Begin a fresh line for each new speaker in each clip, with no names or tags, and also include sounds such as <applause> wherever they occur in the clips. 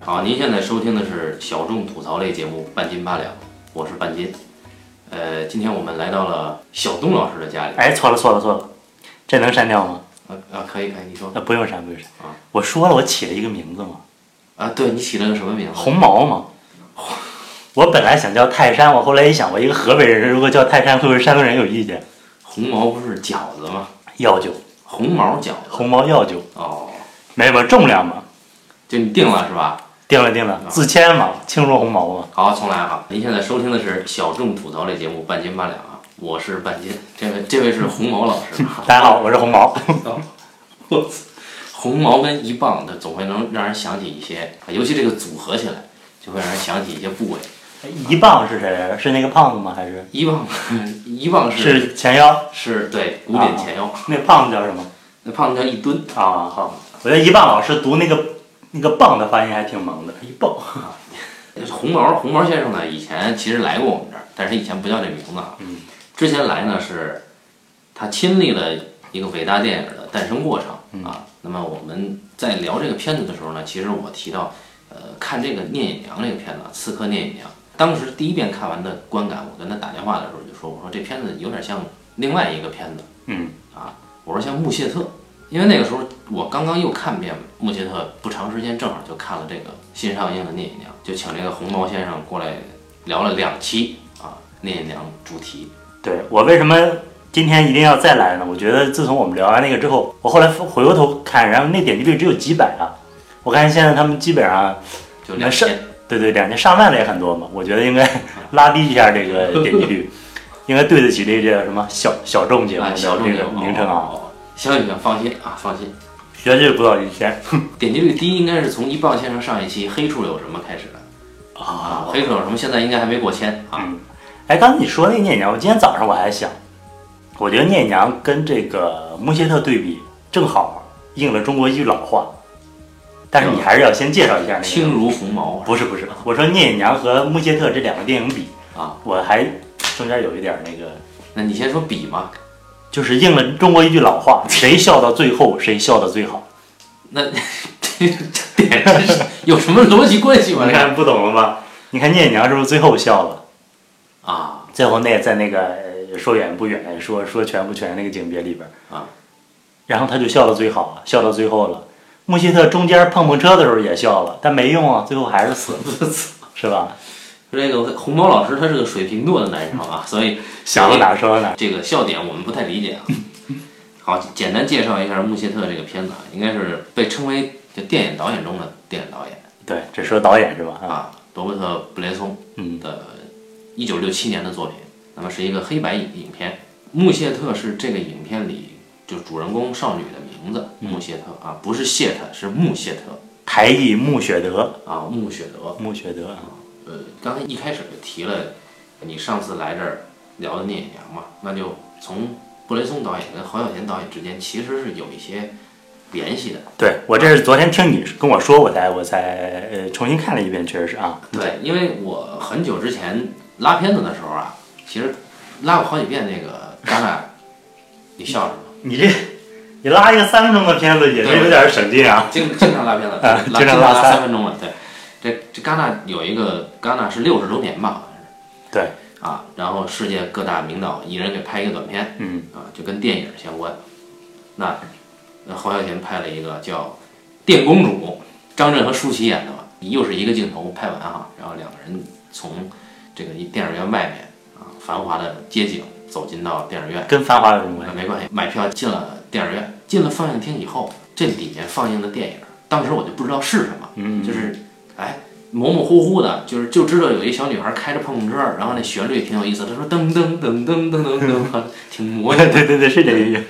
好，您现在收听的是小众吐槽类节目《半斤八两》，我是半斤。呃，今天我们来到了小东老师的家里。
哎，错了错了错了，这能删掉吗？
啊啊，可以可以，你说
呃，不用删，不用删
啊。
我说了，我起了一个名字嘛，
啊，对你起了个什么名字？
红毛嘛。我本来想叫泰山，我后来一想，我一个河北人，如果叫泰山，会不会山东人有意见？
红毛不是饺子吗？
药酒，
红毛饺子。
红毛药酒，
哦，
没有没有重量嘛，
就你定了是吧？
定了定了，自谦嘛，轻若鸿毛嘛。
好，重来啊！您现在收听的是小众吐槽类节目《半斤八两》啊，我是半斤，这位这位是红毛老师。啊
<laughs> 大家好，我是红毛。
我操，红毛跟一棒，它总会能让人想起一些，尤其这个组合起来，就会让人想起一些部位。
一棒是谁来着？是那个胖子吗？还是
一棒， <laughs> 一棒是
是前腰？
是对古典前腰，
那胖子叫什么？
那胖子叫一吨，
啊，好，我觉得一棒老师读那个那个棒的发音还挺萌的，一棒。
红毛红毛先生呢，以前其实来过我们这儿，但是他以前不叫这名字啊。
嗯。
之前来呢是，他亲历了一个伟大电影的诞生过程
嗯
啊。那么我们在聊这个片子的时候呢，其实我提到，呃，看这个《聂隐娘》这个片子，啊，《刺客聂隐娘》，当时第一遍看完的观感，我跟他打电话的时候就说，我说这片子有点像另外一个片子，啊
嗯
我说像穆谢特，因为那个时候我刚刚又看遍穆谢特，不长时间正好就看了这个新上映的《聂隐娘》，就请这个红毛先生过来聊了两期啊，《聂隐娘》主题。
对我为什么今天一定要再来呢？我觉得自从我们聊完那个之后，我后来回过头看，然后那点击率只有几百啊。我看现在他们基本上，
就两千，
对对，两千上万的也很多嘛。我觉得应该拉低一下这个点击
<laughs>
率，应该对得起这个什么小小众节目
啊，
的
小众
这
点
个名称啊。
哦行行行，放心啊，放心。
绝对不到一千
点击率低应该是从一棒先生上一期《黑处有什么》开始的啊，《黑处有什么》现在应该还没过千啊。
嗯，哎，刚才你说那个聂隐娘，我今天早上我还想，我觉得聂隐娘跟这个穆谢特对比，正好应了中国一句老话。
嗯
但是你还是要先介绍一下那个
轻如鸿毛
不是不是，我说《聂隐娘》和《穆谢特》这两个电影比，
啊，
我还中间有一点那个，
那你先说比嘛？
就是应了中国一句老 <laughs> 话，谁笑到最后谁笑的最好。
那这这 <laughs> 点真是有什么逻辑关系吗？
你
这个
看不懂了吧？你看《聂隐娘》是不是最后笑了？
啊，
最后那在那个呃说远不远，说说全不全那个景别里边儿
啊，
然后他就笑到最好了，笑到最后了。穆希特中间碰碰车的时候也笑了，但没用啊，最后还是死了， <laughs> 是吧？
这个红毛老师他是个水瓶座的男生啊，所以
想到哪儿说到哪儿。
这个笑点我们不太理解啊。好，简单介绍一下穆谢特这个片子啊，应该是被称为这电影导演中的电影导演
对，这说导演是吧？啊，
啊，罗伯特·布雷松
嗯，
的1967年的作品。那么是一个黑白影影片，穆谢特是这个影片里就主人公少女的名字，
嗯
穆谢特啊，不是谢特，是穆谢特
台译穆雪德，
啊，穆雪德。
穆雪德啊。
呃，刚才一开始就提了，你上次来这儿聊的聂隐娘嘛，那就从布雷松导演跟侯孝贤导演之间其实是有一些联系的。
对我这是昨天听你跟我说，我才我才呃重新看了一遍，确实是啊。
对，因为我很久之前拉片子的时候啊，其实拉过好几遍那个戛纳，你笑什么？
你这你拉一个三分钟的片子也是有点省劲啊。
经经常拉片子，
啊
拉
经常拉
拉
三
三分钟了。对，这这戛纳有一个戛纳是六十周年吧，好像是。
对。
啊，然后世界各大名导一人给拍一个短片。
嗯，
啊，就跟电影相关。那呃侯孝贤拍了一个叫《电公主》，张震和舒淇演的嘛，又是一个镜头拍完哈，然后两个人从这个一电影院外面啊繁华的街景走进到电影院，
跟《繁华》有什么关系？
没关系，买票进了电影院，进了放映厅以后，这里面放映的电影，当时我就不知道是什么，
嗯，
就是哎。模模糊糊的，就是就知道有一小女孩开着碰碰车，然后那旋律挺有意思。她说噔噔噔噔噔噔
<laughs>
噔，挺魔
我
性
<laughs> 对
的。
对对，是这个意思。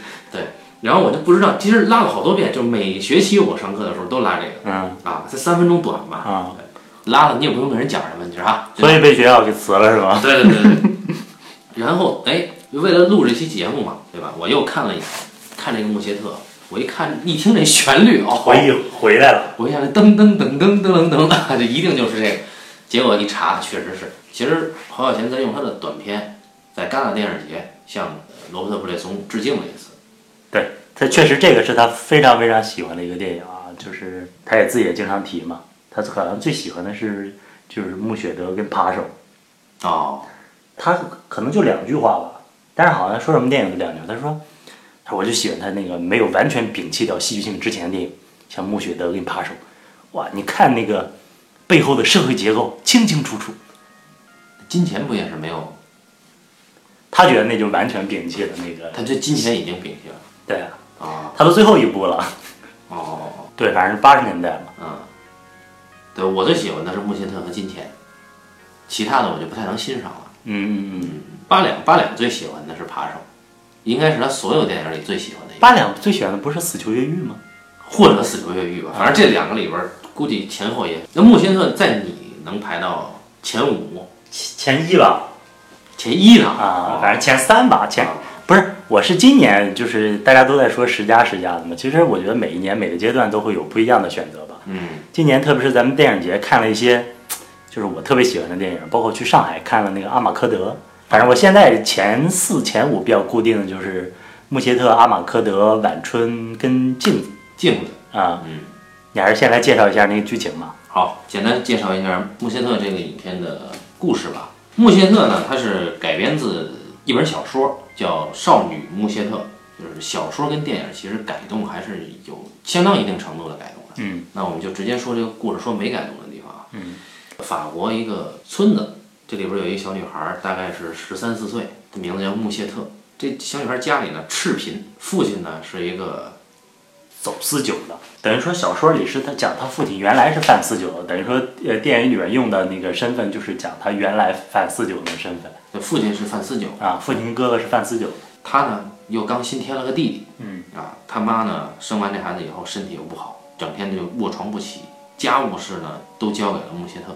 然后我就不知道，其实拉了好多遍，就每学期我上课的时候都拉这
嗯
个啊，这三分钟短嘛，
啊，
拉了你也不用跟人讲什么，你知道吧？
所以被学校给辞了是吧？
对对对对。 <laughs> 然后哎，为了录这期节目嘛，对吧？我又看了一眼，看这个穆切特，我一看一听这旋律哦，
回忆回来了，
我一下这噔噔噔噔噔噔噔，这 <laughs> 一定就是这个。结果一查，确实是。其实侯孝贤在用他的短片，在戛纳电影节向呃罗伯特·布列松致敬了一次。
他确实这个是他非常非常喜欢的一个电影啊，就是他也自己也经常提嘛。他可能最喜欢的是就是穆雪德跟扒手，
哦，
他可能就两句话吧，但是好像说什么电影就两句，他说，他说我就喜欢他那个没有完全摒弃掉戏剧性之前的电影，像穆雪德跟扒手，哇，你看那个背后的社会结构清清楚楚，
金钱不也是没有？
他觉得那就完全摒弃了那个，
他这金钱已经摒弃了
对啊，
啊，
他都最后一步了，
哦，
对，反正八十年代嘛，
嗯，对我最喜欢的是穆切特和金钱，其他的我就不太能欣赏了。
嗯嗯嗯，
八两八两最喜欢的是扒手，应该是他所有电影里最喜欢的一个，
八两最喜欢的不是死囚越狱吗？
或者死囚越狱吧，
啊
反正这两个里边儿估计前后也。那穆切特在你能排到前五、
前前一吧，
前一啊呢？
啊，
哦
反正前三吧，前不是，我是今年就是大家都在说十佳十佳的嘛，其实我觉得每一年每个阶段都会有不一样的选择吧。
嗯
今年特别是咱们电影节看了一些，就是我特别喜欢的电影，包括去上海看了那个《阿马科德》。反正我现在前四前五比较固定的就是穆切特、阿马科德、晚春跟镜子
镜子，
啊。
嗯。
你还是先来介绍一下那个剧情吧。
好，简单介绍一下穆切特这个影片的故事吧。穆切特呢，它是改编自一本小说，叫《少女穆切特》，就是小说跟电影其实改动还是有相当一定程度的改动的。
嗯，
那我们就直接说这个故事，说没改动的地方啊。
嗯，
法国一个村子，这里边有一个小女孩，大概是十三四岁，她名字叫穆切特。这小女孩家里呢赤贫，父亲呢是一个
走私酒的，等于说小说里是他讲他父亲原来是贩私酒的，等于说呃电影里面用的那个身份就是讲他原来贩私酒的身份
父亲是贩私酒，
啊，父亲哥哥是贩私酒的，
他呢又刚新添了个弟弟，
嗯
啊，他妈呢生完这孩子以后身体又不好，整天就卧床不起，家务事呢都交给了穆切特。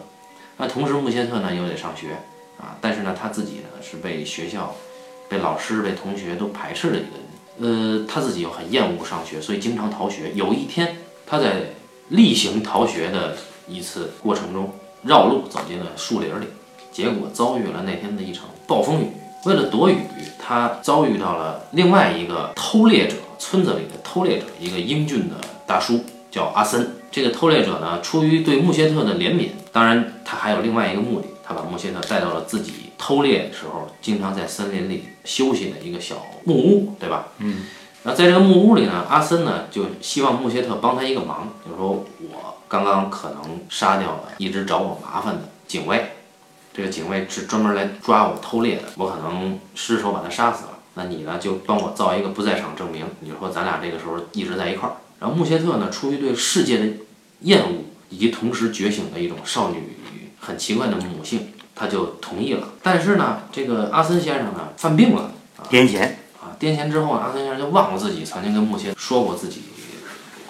那同时穆切特呢又得上学啊，但是呢他自己呢是被学校、被老师、被同学都排斥的一个人。呃，他自己又很厌恶上学，所以经常逃学。有一天，他在例行逃学的一次过程中绕路走进了树林里，结果遭遇了那天的一场暴风雨。为了躲雨，他遭遇到了另外一个偷猎者，村子里的偷猎者，一个英俊的大叔叫阿森。这个偷猎者呢，出于对穆切特的怜悯，当然他还有另外一个目的，他把穆切特带到了自己偷猎的时候经常在森林里休息的一个小木屋，对吧？嗯。然后在这个木屋里呢，阿森呢就希望穆切特帮他一个忙，就说我刚刚可能杀掉了一直找我麻烦的警卫，这个警卫是专门来抓我偷猎的，我可能失手把他杀死了。那你呢，就帮我造一个不在场证明。你说咱俩这个时候一直在一块儿。然后穆切特呢，出于对世界的厌恶以及同时觉醒的一种少女很奇怪的母性，他就同意了。但是呢，这个阿森先生呢犯病了
癫痫，
啊，癫痫之后呢，阿森先生就忘了自己曾经跟穆切说过自己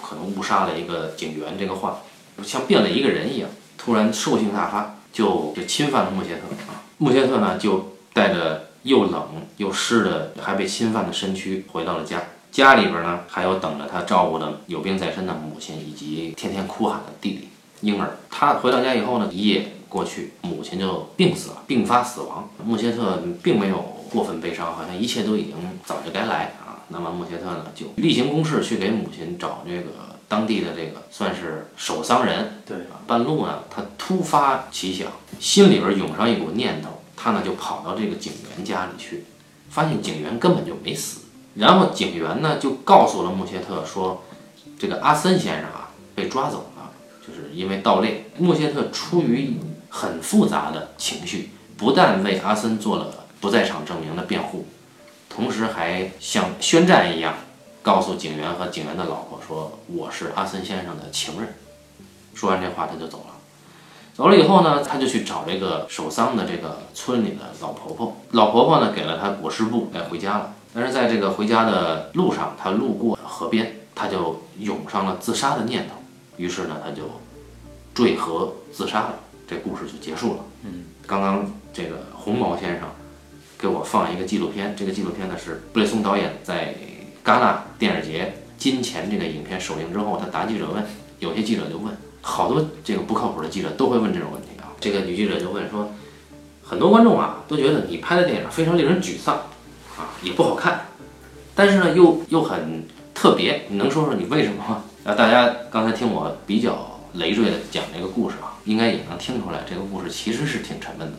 可能误杀了一个警员这个话，像变了一个人一样，突然兽性大发，就就侵犯了穆切特啊。穆切特呢，就带着又冷又湿的还被侵犯的身躯回到了家。家里边呢，还有等着他照顾的有病在身的母亲，以及天天哭喊的弟弟婴儿。他回到家以后呢，一夜过去，母亲就病死了，病发死亡。穆切特并没有过分悲伤，好像一切都已经早就该来啊。那么穆切特呢，就例行公事去给母亲找这个当地的这个算是守丧人，
对，
半路呢，他突发奇想，心里边涌上一股念头，他呢就跑到这个警员家里去，发现警员根本就没死。然后警员呢就告诉了穆切特说，这个阿森先生啊被抓走了，就是因为盗猎。穆切特出于很复杂的情绪，不但为阿森做了不在场证明的辩护，同时还像宣战一样。告诉警员和警员的老婆说：“我是阿森先生的情人。”说完这话，他就走了。走了以后呢，他就去找这个守丧的这个村里的老婆婆。老婆婆呢，给了他裹尸布，哎，回家了。但是在这个回家的路上，他路过河边，他就涌上了自杀的念头。于是呢，他就坠河自杀了。这故事就结束了。嗯，刚刚这个红毛先生给我放一个纪录片，这个纪录片呢是布列松导演在戛纳电影节《金钱》这个影片首映之后，他答记者问，有些记者就问。好多这个不靠谱的记者都会问这种问题啊。这个女记者就问说，很多观众啊都觉得你拍的电影非常令人沮丧啊，也不好看，但是呢又又很特别，你能说说你为什么吗？啊，大家刚才听我比较累赘的讲这个故事啊，应该也能听出来，这个故事其实是挺沉闷的。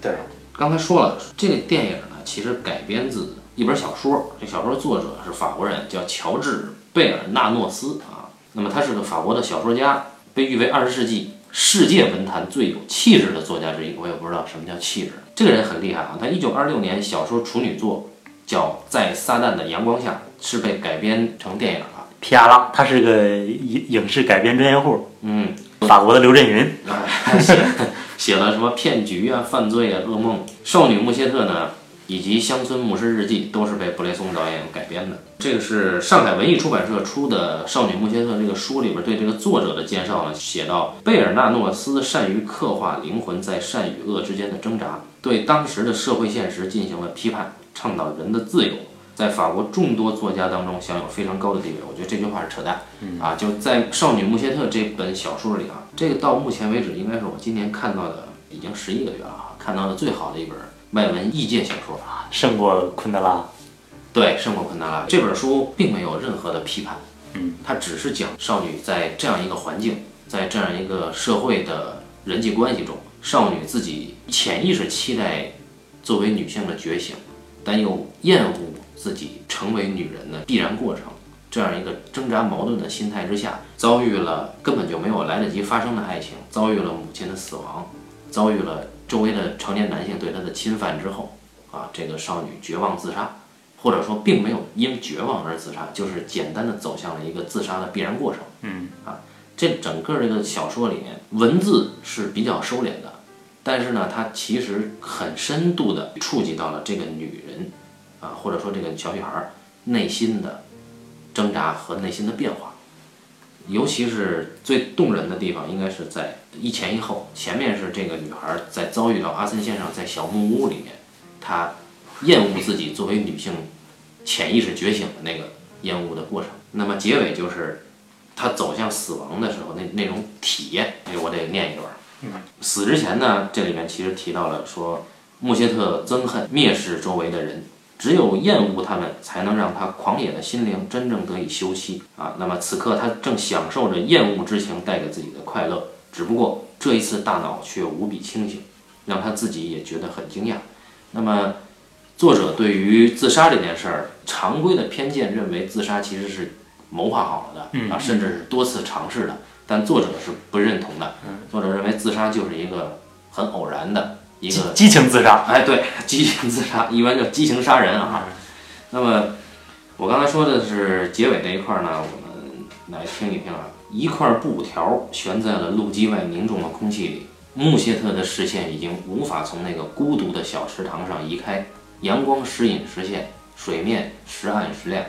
对，
刚才说了，这个电影呢，其实改编自一本小说，这小说作者是法国人，叫乔治·贝尔纳诺斯啊。那么他是个法国的小说家，被誉为二十世纪世界文坛最有气质的作家之一。我也不知道什么叫气质，这个人很厉害啊。他一九二六年小说处女作叫《在撒旦的阳光下》是被改编成电影了。
皮亚拉，他是个影影视改编专业户，
嗯，
法国的刘震云。
啊，还写写了什么骗局啊、犯罪啊、噩梦、少女穆切特呢，以及乡村牧师日记，都是被布雷松导演改编的。这个是上海文艺出版社出的《少女穆切特》这个书里边对这个作者的介绍呢，写到贝尔纳诺斯善于刻画灵魂在善与恶之间的挣扎，对当时的社会现实进行了批判，倡导人的自由。在法国众多作家当中享有非常高的地位，我觉得这句话是扯淡、啊！就在《少女穆切特》这本小说里啊，这个到目前为止应该是我今年看到的，已经十一个月了啊，看到的最好的一本外文异界小说。
胜过昆德拉。
对，胜过昆德拉这本书并没有任何的批判，
嗯，
它只是讲少女在这样一个环境，在这样一个社会的人际关系中，少女自己潜意识期待作为女性的觉醒，但又厌恶自己成为女人的必然过程，这样一个挣扎矛盾的心态之下，遭遇了根本就没有来得及发生的爱情，遭遇了母亲的死亡，遭遇了周围的成年男性对她的侵犯之后，啊，这个少女绝望自杀，或者说并没有因绝望而自杀，就是简单的走向了一个自杀的必然过程。啊
嗯，
这整个这个小说里面，文字是比较收敛的，但是呢，它其实很深度的触及到了这个女人，啊，或者说这个小女孩儿内心的挣扎和内心的变化。尤其是最动人的地方，应该是在一前一后，前面是这个女孩儿在遭遇到阿森先生在小木屋里面，她厌恶自己作为女性潜意识觉醒的那个厌恶的过程。那么结尾就是他走向死亡的时候那那种体验，哎，我得念一段。嗯，死之前呢，这里面其实提到了说，穆切特憎恨、蔑视周围的人，只有厌恶他们，才能让他狂野的心灵真正得以休息啊。那么此刻他正享受着厌恶之情带给自己的快乐，只不过这一次大脑却无比清醒，让他自己也觉得很惊讶。那么。作者对于自杀这件事儿，常规的偏见认为自杀其实是谋划好了的啊，甚至是多次尝试的。但作者是不认同的，作者认为自杀就是一个很偶然的一
激
个，
激情自杀。
哎，对，激情自杀，一般叫激情杀人啊。那么我刚才说的是结尾这一块儿呢，我们来听一听啊，一块布条悬在了路基外凝重的空气里。穆谢特的视线已经无法从那个孤独的小池塘上移开，阳光时隐时现，水面时暗时亮。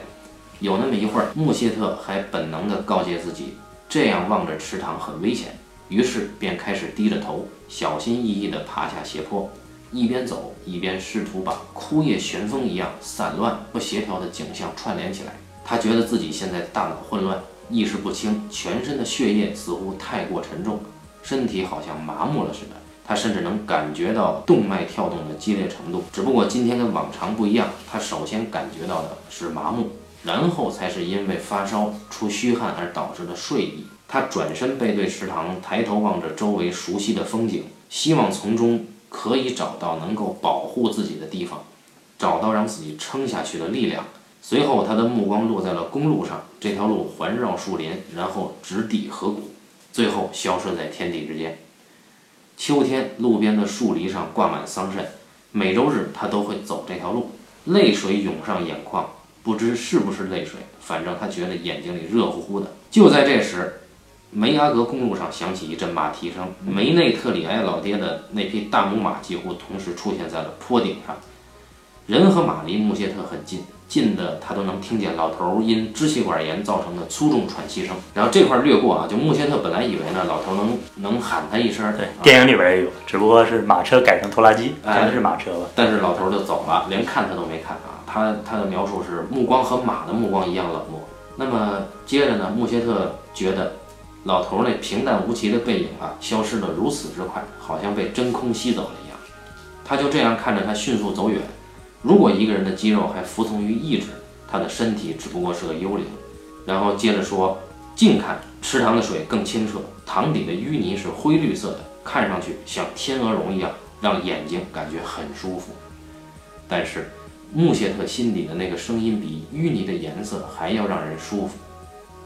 有那么一会儿，穆谢特还本能地告诫自己，这样望着池塘很危险，于是便开始低着头，小心翼翼地爬下斜坡，一边走一边试图把枯叶旋风一样散乱不协调的景象串联起来。他觉得自己现在大脑混乱，意识不清，全身的血液似乎太过沉重，身体好像麻木了似的。他甚至能感觉到动脉跳动的激烈程度，只不过今天跟往常不一样，他首先感觉到的是麻木，然后才是因为发烧出虚汗而导致的睡意。他转身背对池塘，抬头望着周围熟悉的风景，希望从中可以找到能够保护自己的地方，找到让自己撑下去的力量。随后，他的目光落在了公路上，这条路环绕树林，然后直抵河谷，最后消失在天地之间。秋天，路边的树篱上挂满桑葚，每周日他都会走这条路，泪水涌上眼眶，不知是不是泪水，反正他觉得眼睛里热乎乎的。就在这时，梅阿格公路上响起一阵马蹄声，梅内特里埃老爹的那匹大母马几乎同时出现在了坡顶上。人和马离穆谢特很近，近的他都能听见老头儿因支气管炎造成的粗重喘息声。然后这块儿略过啊，就穆谢特本来以为呢，老头儿能能喊他一声，
对
啊，
电影里边也有，只不过是马车改成拖拉机，
哎
真的是马车吧？
但是老头儿就走了，连看他都没看啊。他他的描述是目光和马的目光一样冷漠。那么接着呢，穆切特觉得老头儿那平淡无奇的背影啊，消失得如此之快，好像被真空吸走了一样。他就这样看着他迅速走远。如果一个人的肌肉还服从于意志，他的身体只不过是个幽灵。然后接着说，近看池塘的水更清澈，塘底的淤泥是灰绿色的，看上去像天鹅绒一样，让眼睛感觉很舒服。但是，穆谢特心底的那个声音比淤泥的颜色还要让人舒服。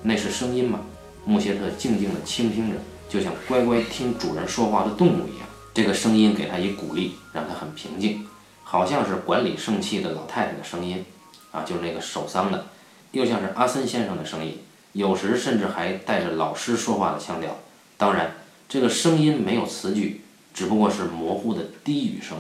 那是声音吗？穆谢特静静地倾听着，就像乖乖听主人说话的动物一样。这个声音给他以鼓励，让他很平静，好像是管理盛气的老太太的声音，啊，就是那个守丧的，又像是阿森先生的声音，有时甚至还带着老师说话的腔调。当然，这个声音没有词句，只不过是模糊的低语声，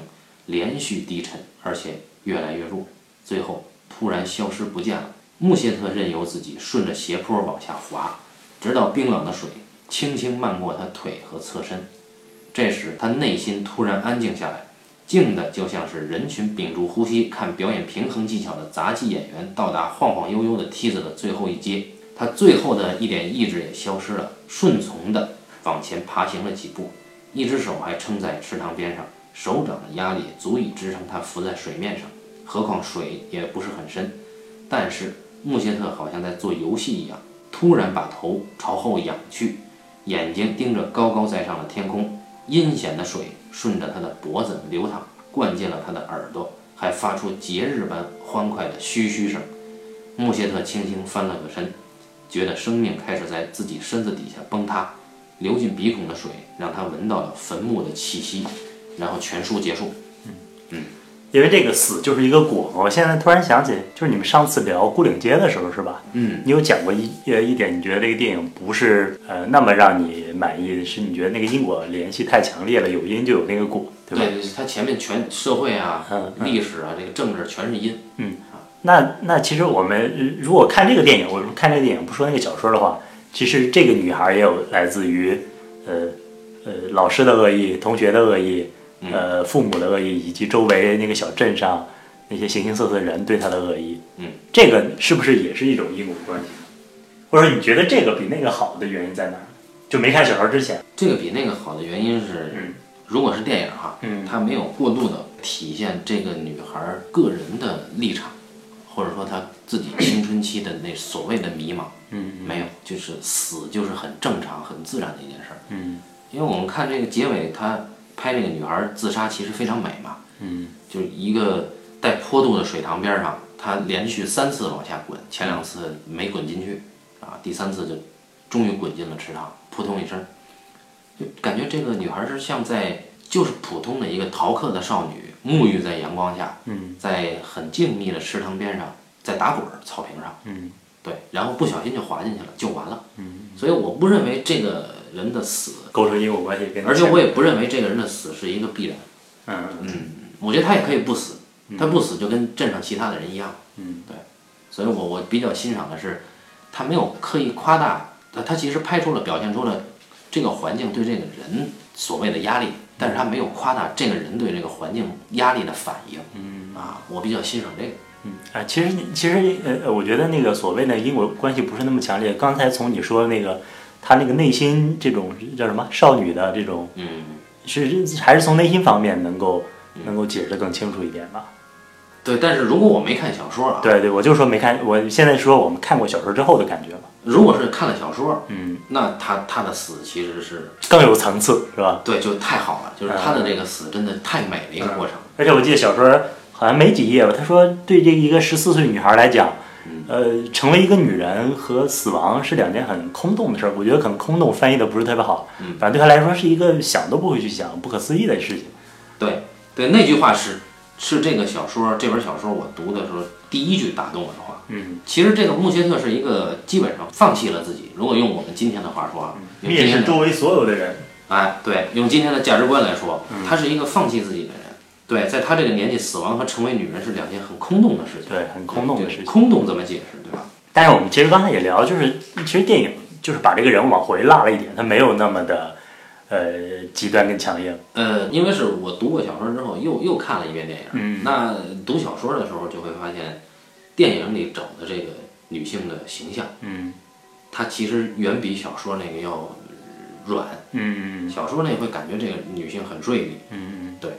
连续低沉，而且越来越弱，最后突然消失不见了。穆谢特任由自己顺着斜坡往下滑，直到冰冷的水轻轻漫过他腿和侧身。这时，他内心突然安静下来，静的就像是人群屏住呼吸看表演平衡技巧的杂技演员到达晃晃悠悠的梯子的最后一阶。他最后的一点意志也消失了，顺从的往前爬行了几步，一只手还撑在池塘边上，手掌的压力足以支撑他浮在水面上。何况水也不是很深，但是穆谢特好像在做游戏一样，突然把头朝后仰去，眼睛盯着高高在上的天空。阴险的水顺着他的脖子流淌，灌进了他的耳朵，还发出节日般欢快的嘘嘘声。穆谢特轻轻翻了个身，觉得生命开始在自己身子底下崩塌，流进鼻孔的水让他闻到了坟墓的气息。然后全书结束。
因为这个死就是一个果嘛。我现在突然想起，就是你们上次聊《孤岭街》的时候，是吧？
嗯，
你有讲过一呃一点，你觉得这个电影不是呃那么让你满意，是你觉得那个因果联系太强烈了，有因就有那个果，对吧？
对，他前面全社会啊、
嗯
历史啊、这个政治全是因。
那那其实我们如果看这个电影，我们看这个电影不说那个小说的话，其实这个女孩也有来自于呃呃老师的恶意、同学的恶意、
嗯
呃父母的恶意，以及周围那个小镇上那些形形色色的人对她的恶意。
嗯，
这个是不是也是一种因果关系？或者说你觉得这个比那个好的原因在哪儿？就没看小说之前，
这个比那个好的原因是
嗯，
如果是电影哈，
嗯
它没有过度的体现这个女孩儿个人的立场，或者说她自己青春期的那所谓的迷茫，
嗯，
没有，就是死就是很正常、很自然的一件事儿。
嗯，
因为我们看这个结尾，她拍这个女孩儿自杀其实非常美嘛，
嗯，
就是一个带坡度的水塘边上，她连续三次往下滚，前两次没滚进去，啊，第三次就终于滚进了池塘，扑通一声。就感觉这个女孩是像在就是普通的一个逃课的少女，沐浴在阳光下，
嗯，
在很静谧的池塘边上，在打滚儿草坪上，
嗯，
对，然后不小心就滑进去了，就完了，嗯，所以我不认为这个人的死，
构成因果关系跟
而且我也不认为这个人的死是一个必然，
嗯嗯
我觉得他也可以不死，他不死就跟镇上其他的人一样，
嗯，
对，所以我我比较欣赏的是，他没有刻意夸大，他他其实拍出了表现出了这个环境对这个人所谓的压力，但是他没有夸大这个人对这个环境压力的反应，嗯啊，我比较欣赏这个，
啊，其实你其实呃，呃我觉得那个所谓的因果关系不是那么强烈。刚才从你说的那个，他那个内心这种叫什么少女的这种，
嗯，
是是还是从内心方面能够能够解释得更清楚一点吧？
对，但是如果我没看小说啊，
对对，我就说没看，我现在说我们看过小说之后的感觉嘛，
如果是看了小说，
嗯，
那他他的死其实是
更有层次是吧？
对，就太好了，就是他的这个死真的太美的一个过程，
而且我记得小说好像没几页吧，他说对这一个十四岁女孩来讲，呃，成为一个女人和死亡是两件很空洞的事儿。我觉得可能空洞翻译的不是特别好，反正对她来说是一个想都不会去想、不可思议的事情。
对对，那句话是是这个小说这本小说我读的时候第一句打动我的话。
嗯，
其实这个穆切特是一个基本上放弃了自己，如果用我们今天的话说啊，用今
蔑视
天的
周围所有的人。
哎对，用今天的价值观来说，他是一个放弃自己的人。对，在他这个年纪，死亡和成为女人是两件很空洞的事情。
对很空洞的事情
对空洞怎么解释，对吧？
但是我们其实刚才也聊，就是其实电影就是把这个人往回拉了一点，他没有那么的呃极端跟强硬。
呃，因为是我读过小说之后，又又看了一遍电影。
嗯
那读小说的时候就会发现，电影里找的这个女性的形象，
嗯
它其实远比小说那个要呃软。
嗯
小说那会感觉这个女性很锐利。
嗯，
对。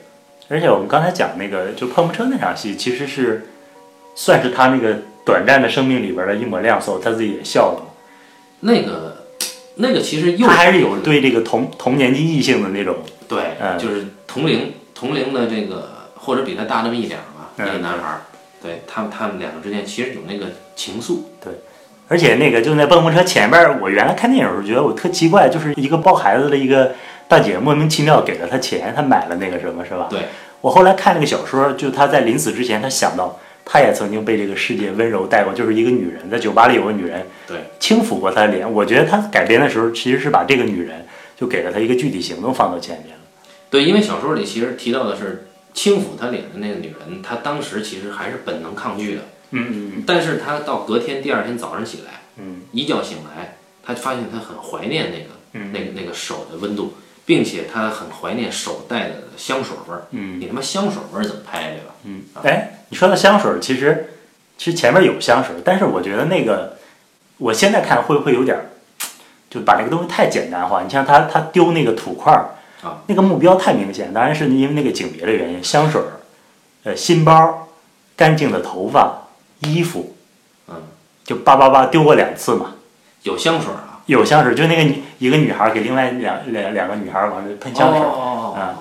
而且我们刚才讲那个就碰碰车那场戏，其实是算是他那个短暂的生命里边的一抹亮色，他自己也笑了嘛。
那个那个其实又
他还是有对这个同同年级异性的那种，
对，
嗯
就是同龄同龄的这个或者比他大那么一点儿吧，
嗯
那个男孩儿，对他们他们两个之间其实有那个情愫，
而且那个就那蹦蹦车前边儿，我原来看电影的时候觉得我特奇怪，就是一个抱孩子的一个大姐莫名其妙给了他钱，他买了那个什么是吧？
对。
我后来看那个小说，就他在临死之前，他想到他也曾经被这个世界温柔待过，就是一个女人在酒吧里有个女人，
对，
轻抚过他的脸。我觉得他改编的时候其实是把这个女人就给了他一个具体行动放到前面了。
对，因为小说里其实提到的是轻抚他脸的那个女人，她当时其实还是本能抗拒的，
嗯嗯
但是她到隔天第二天早上起来，
嗯，
一觉醒来，她发现她很怀念那个、
嗯
那个那个手的温度，并且她很怀念手带的香水味儿。
嗯
你他妈香水味儿怎么拍的吧？
嗯。哎，你说到香水儿，其实其实前面有香水儿，但是我觉得那个我现在看会不会有点儿，就把这个东西太简单化？你像他他丢那个土块儿
啊，
那个目标太明显，当然是因为那个景别的原因，香水儿，呃，新包，干净的头发，衣服，
嗯，
就叭叭叭丢过两次嘛。
有香水儿啊，
有香水儿，就那个女一个女孩儿给另外两两两个女孩儿往这喷香水儿，
哦哦哦
啊
哦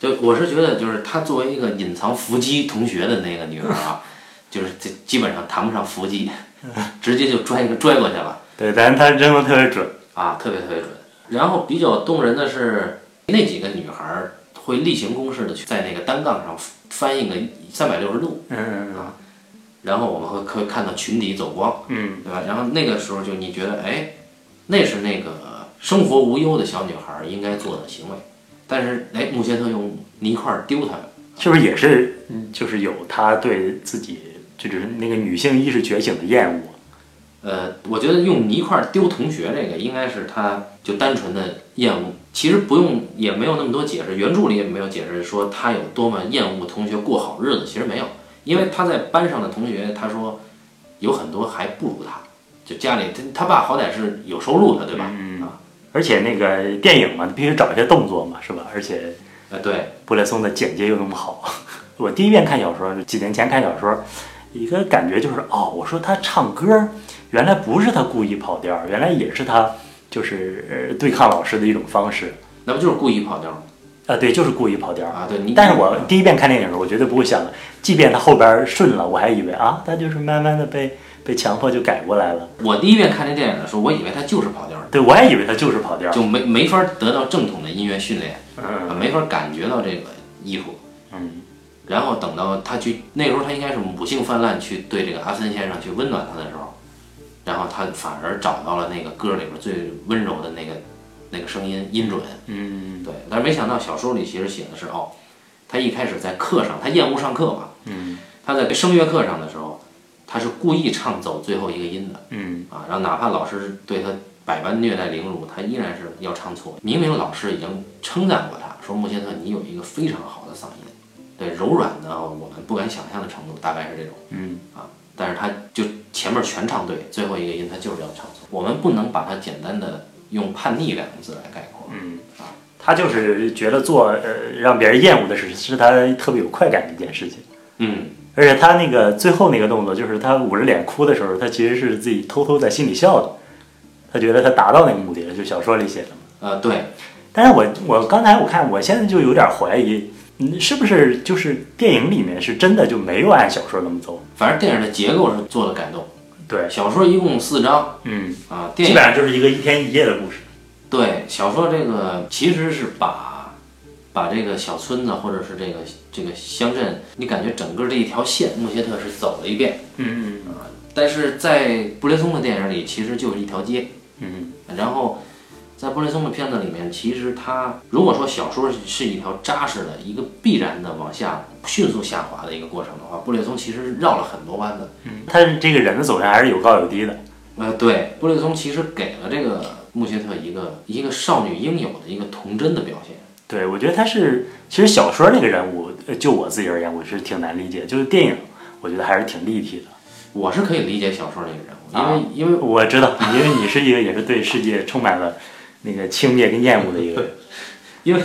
就我是觉得，就是她作为一个隐藏伏击同学的那个女儿 <laughs> 啊，就是这基本上谈不上伏击，直接就拽拽过去了。
对，但是他扔的特别准。
啊，特别特别准。然后比较动人的是，那几个女孩儿会例行公事的去在那个单杠上翻一个三百六十度，
嗯嗯
然后我们会可以看到裙底走光，
嗯
对吧？然后那个时候就你觉得，哎，那是那个生活无忧的小女孩儿应该做的行为，但是哎，穆切特用泥块儿丢她，
是不是也是，嗯就是有他对自己就只是那个女性意识觉醒的厌恶？
呃，我觉得用泥块儿丢同学这个，应该是他就单纯的厌恶，其实不用也没有那么多解释，原著里也没有解释说他有多么厌恶同学过好日子，其实没有，因为他在班上的同学，他说有很多还不如他，就家里他他爸好歹是有收入的，对吧？
嗯
啊，
而且那个电影嘛，必须找一些动作嘛，是吧？而且
呃，对，
布列松的简介又那么好， <laughs> 我第一遍看小说，几年前看小说，一个感觉就是哦，我说他唱歌原来不是他故意跑调，原来也是他就是呃对抗老师的一种方式
那不就是故意跑调吗？
啊，对，就是故意跑调。
啊，对你，
但是我第一遍看电影的时候，我绝对不会想，即便他后边顺了，我还以为啊，他就是慢慢的被被强迫就改过来了。
我第一遍看这电影的时候，我以为他就是跑调儿，
对，我也以为他就是跑调。
就没没法得到正统的音乐训练，啊
嗯
没法感觉到这个艺术。
嗯
然后等到他去那时候，他应该是母性泛滥，去对这个阿森先生去温暖他的时候，然后他反而找到了那个歌里边最温柔的那个那个声音音准。
嗯
对，但是没想到小说里其实写的是哦，他一开始在课上，他厌恶上课嘛，
嗯
他在声乐课上的时候，他是故意唱走最后一个音的
嗯
啊，然后哪怕老师对他百般虐待凌辱，他依然是要唱错。明明老师已经称赞过他，说穆切特你有一个非常好的嗓音，对柔软的啊我们不敢想象的程度，大概是这种。
嗯
但是他就前面全唱对，最后一个音他就是要唱错。我们不能把它简单的用叛逆两个字来概括。
嗯，他就是觉得做呃让别人厌恶的事，是他特别有快感的一件事情。
嗯，
而且他那个最后那个动作，就是他捂着脸哭的时候，他其实是自己偷偷在心里笑的。他觉得他达到那个目的了，就小说里写的嘛。
呃，对，
但是我我刚才我看，我现在就有点怀疑，嗯，是不是就是电影里面是真的就没有按小说那么走？
反正电影的结构是做了改动。
对，
小说一共四章
嗯，
啊，电
基
影
本上就是一个一天一夜的故事。
对，小说这个其实是把把这个小村子或者是这个这个乡镇，你感觉整个这一条线，穆切特是走了一遍。
嗯嗯
但是在布雷松的电影里，其实就是一条街。
嗯
然后在布雷松的片子里面，其实它如果说小说是一条扎实的、一个必然的往下迅速下滑的一个过程的话，布雷松其实绕了很多弯子。
嗯，他这个人的走向还是有高有低的。
呃，对，布雷松其实给了这个穆切特一个一个少女应有的一个童真的表现。
对，我觉得他是，其实小说那个人物，呃就我自己而言，我是挺难理解。就是电影，我觉得还是挺立体的。
我是可以理解小说那个
啊
人物，因为、因为
<laughs> 我知道，因为你是一个也是对世界充满了那个轻蔑跟厌恶的一个人。
因为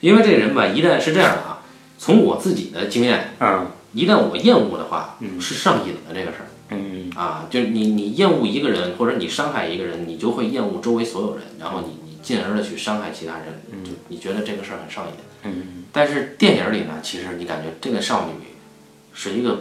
因为这人吧，一旦是这样的啊，从我自己的经验，
嗯
一旦我厌恶的话，
嗯
是上瘾的这个事儿。
嗯。
啊，就是你你厌恶一个人，或者你伤害一个人，你就会厌恶周围所有人，然后你你进而的去伤害其他人，就你觉得这个事儿很上瘾。
嗯，
但是电影里呢，其实你感觉这个少女是一个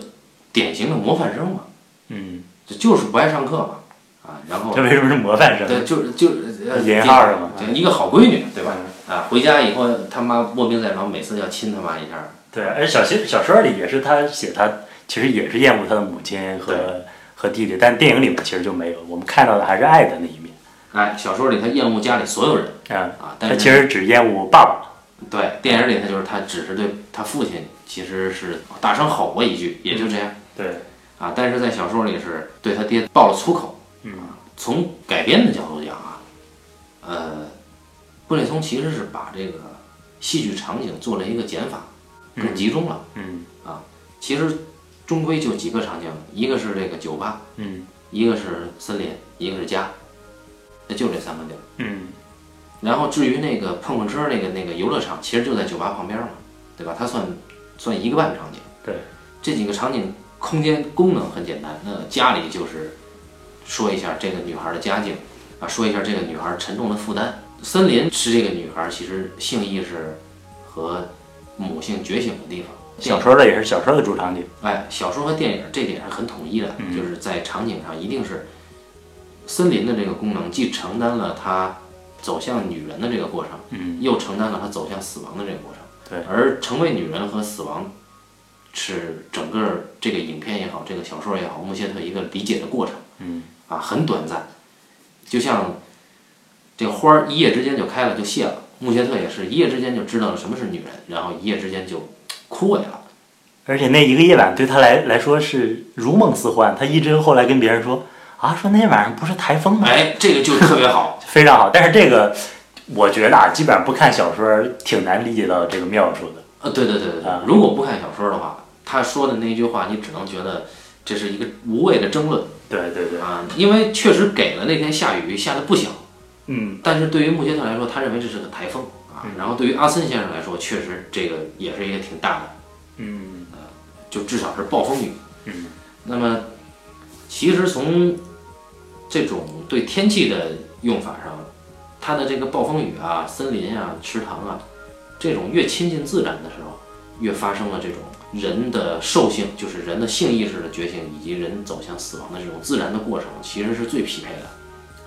典型的模范生嘛，
嗯，
就就是不爱上课嘛，啊，然后
这为什么是模范生？
对，就是就是呃
引号是吗？嗯
就一个好闺女，对吧？
吧？
啊，回家以后他妈卧病在床，每次要亲他妈一下，
对，啊而小说小说里也是他写他其实也是厌恶他的母亲和和弟弟，但电影里面其实就没有，我们看到的还是爱的那一面
哎，小说里他厌恶家里所有人
啊。
啊，但
他
是
其实只厌恶爸爸，
对电影里他就是他只是对他父亲其实是大声吼过一句，也就这样
对，
啊。但是在小说里是对他爹爆了粗口。啊
嗯
从改编的角度讲啊，呃，布列松其实是把这个戏剧场景做了一个减法，更集中了。
嗯
其实终归就几个场景，一个是这个酒吧，
嗯
一个是森林，一个是家，那就这三个地儿。
嗯
然后至于那个碰碰车那个那个游乐场，其实就在酒吧旁边嘛，对吧？它算算一个半场景。
对，
这几个场景空间功能很简单。那家里就是说一下这个女孩的家境啊，说一下这个女孩沉重的负担。森林是这个女孩其实性意识和母性觉醒的地方。
小说的也是小说的主场景，
哎，小说和电影这点是很统一的，
嗯
就是在场景上一定是森林的这个功能既承担了它走向女人的这个过程，
嗯，
又承担了她走向死亡的这个过程。
对
而成为女人和死亡是整个这个影片也好，这个小说也好，穆歇特一个理解的过程
嗯
啊，很短暂，就像这个花儿一夜之间就开了就谢了。穆歇特也是一夜之间就知道了什么是女人，然后一夜之间就枯萎了。
而且那一个夜晚对他来来说是如梦似幻，他一直后来跟别人说啊，说那晚上不是台风吗？
哎，这个就特别好。
<laughs> 非常好，但是这个我觉得啊，基本上不看小说挺难理解到这个妙处的，
呃，对对对对对
啊，
如果不看小说的话，他说的那句话，你只能觉得这是一个无谓的争论
对对对，
啊，因为确实给了那天下雨下的不小，
嗯
但是对于穆歇特来说，他认为这是个台风啊，然后对于阿森先生来说，确实这个也是一个挺大的，呃
嗯
就至少是暴风雨。
嗯，
那么其实从这种对天气的用法上，它的这个暴风雨啊、森林啊、池塘啊，这种越亲近自然的时候，越发生了这种人的兽性，就是人的性意识的觉醒，以及人走向死亡的这种自然的过程，其实是最匹配的，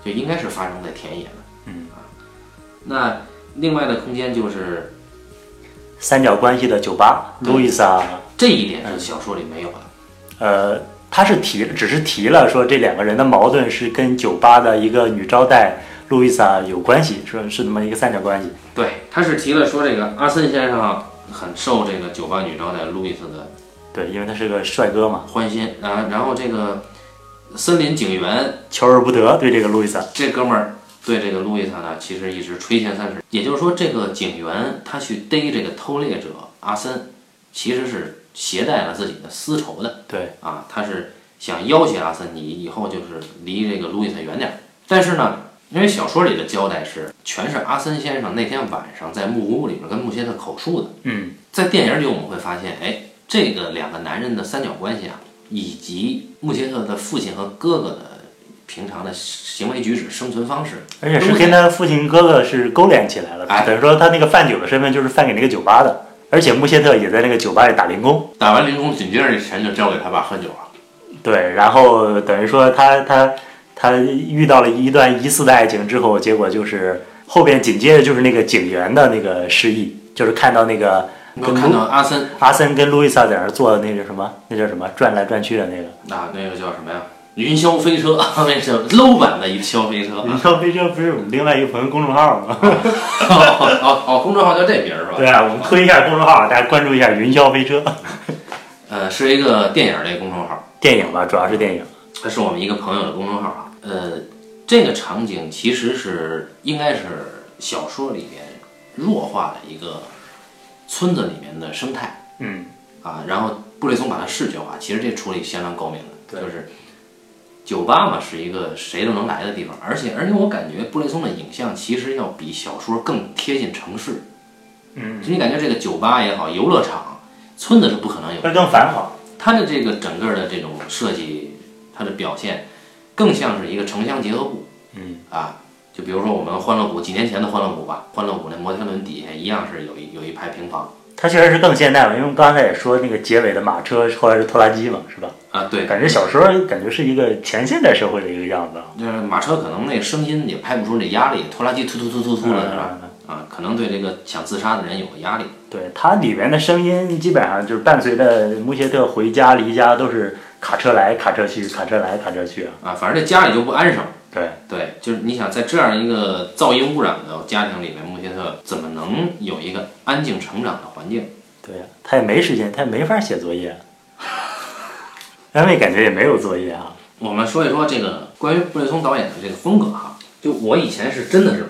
就应该是发生在田野的。
嗯
啊，那另外的空间就是
三角关系的酒吧，路易莎，
这一点是小说里没有的。
呃，他是提，只是提了说这两个人的矛盾是跟酒吧的一个女招待路易莎有关系，说是那么一个三角关系，
对，他是提了说这个阿森先生很受这个酒吧女招待路易斯的
对，因为他是个帅哥嘛，
欢心啊，然后这个森林警员
求而不得，对这个路易莎，
这哥们儿对这个路易斯呢，其实一直垂涎三尺。也就是说，这个警员他去逮这个偷猎者阿森，其实是携带了自己的私仇的
对，
啊，他是想要挟阿森，你以后就是离这个路易斯远点儿。但是呢，因为小说里的交代是，全是阿森先生那天晚上在木屋里边跟穆歇特口述的。
嗯
在电影里我们会发现，哎，这个两个男人的三角关系啊，以及穆切特的父亲和哥哥的平常的行为举止、生存方式，
而且是跟他父亲哥哥是勾连起来了，
哎
等于说他那个贩酒的身份就是贩给那个酒吧的，而且穆歇特也在那个酒吧里打零工。
打完零工，紧接着这钱就交给他爸喝酒了。
对，然后等于说他他他遇到了一段疑似的爱情之后，结果就是后边紧接着就是那个警员的那个失忆，就是看到那个
你有看到阿森
阿森跟路易莎在那儿做那个什么，那叫什么转来转去的那个。
啊，那个叫什么呀？云霄飞车， <laughs> 那是 low 版的云霄飞车。
你说飞车不是我们另外一个朋友公众号吗？
哦哦哦，公众号叫这名儿是吧？
对啊，我们推一下公众号，大家关注一下“云霄飞车
呃，是一个电影类公众号。”
电影吧，主要是电影。
这是我们一个朋友的公众号啊。呃，这个场景其实是应该是小说里边弱化的一个村子里面的生态
嗯，
啊，然后布列松把它视觉化，其实这处理相当高明的，
对
就是。酒吧嘛是一个谁都能来的地方，而且而且我感觉布列松的影像其实要比小说更贴近城市，
嗯，
就你感觉这个酒吧也好，游乐场、村子是不可能有的。
会更繁华。
它的这个整个的这种设计它的表现更像是一个城乡结合部。
嗯
啊，就比如说我们欢乐谷几年前的欢乐谷吧，欢乐谷那摩天轮底下一样是有一有一排平房
它确实是更现代了，因为我们刚才也说那个结尾的马车后来是拖拉机嘛，是吧？
啊，对，
感觉小时候感觉是一个前现代社会的一个样子啊。
就是马车可能那声音也拍不出那压力，拖拉机突突突突突的是吧？
嗯
啊，可能对这个想自杀的人有个压力。
对它里面的声音，基本上就是伴随着穆切特回家、离家都是卡车来、卡车去、卡车来、卡车去啊。
啊，反正这家里就不安生。
对
对，就是你想在这样一个噪音污染的家庭里面，穆切特怎么能有一个安静成长的环境？
对呀，他也没时间，他也没法写作业。安慰感觉也没有作业啊。
我们说一说这个关于布列松导演的这个风格哈，就我以前是真的是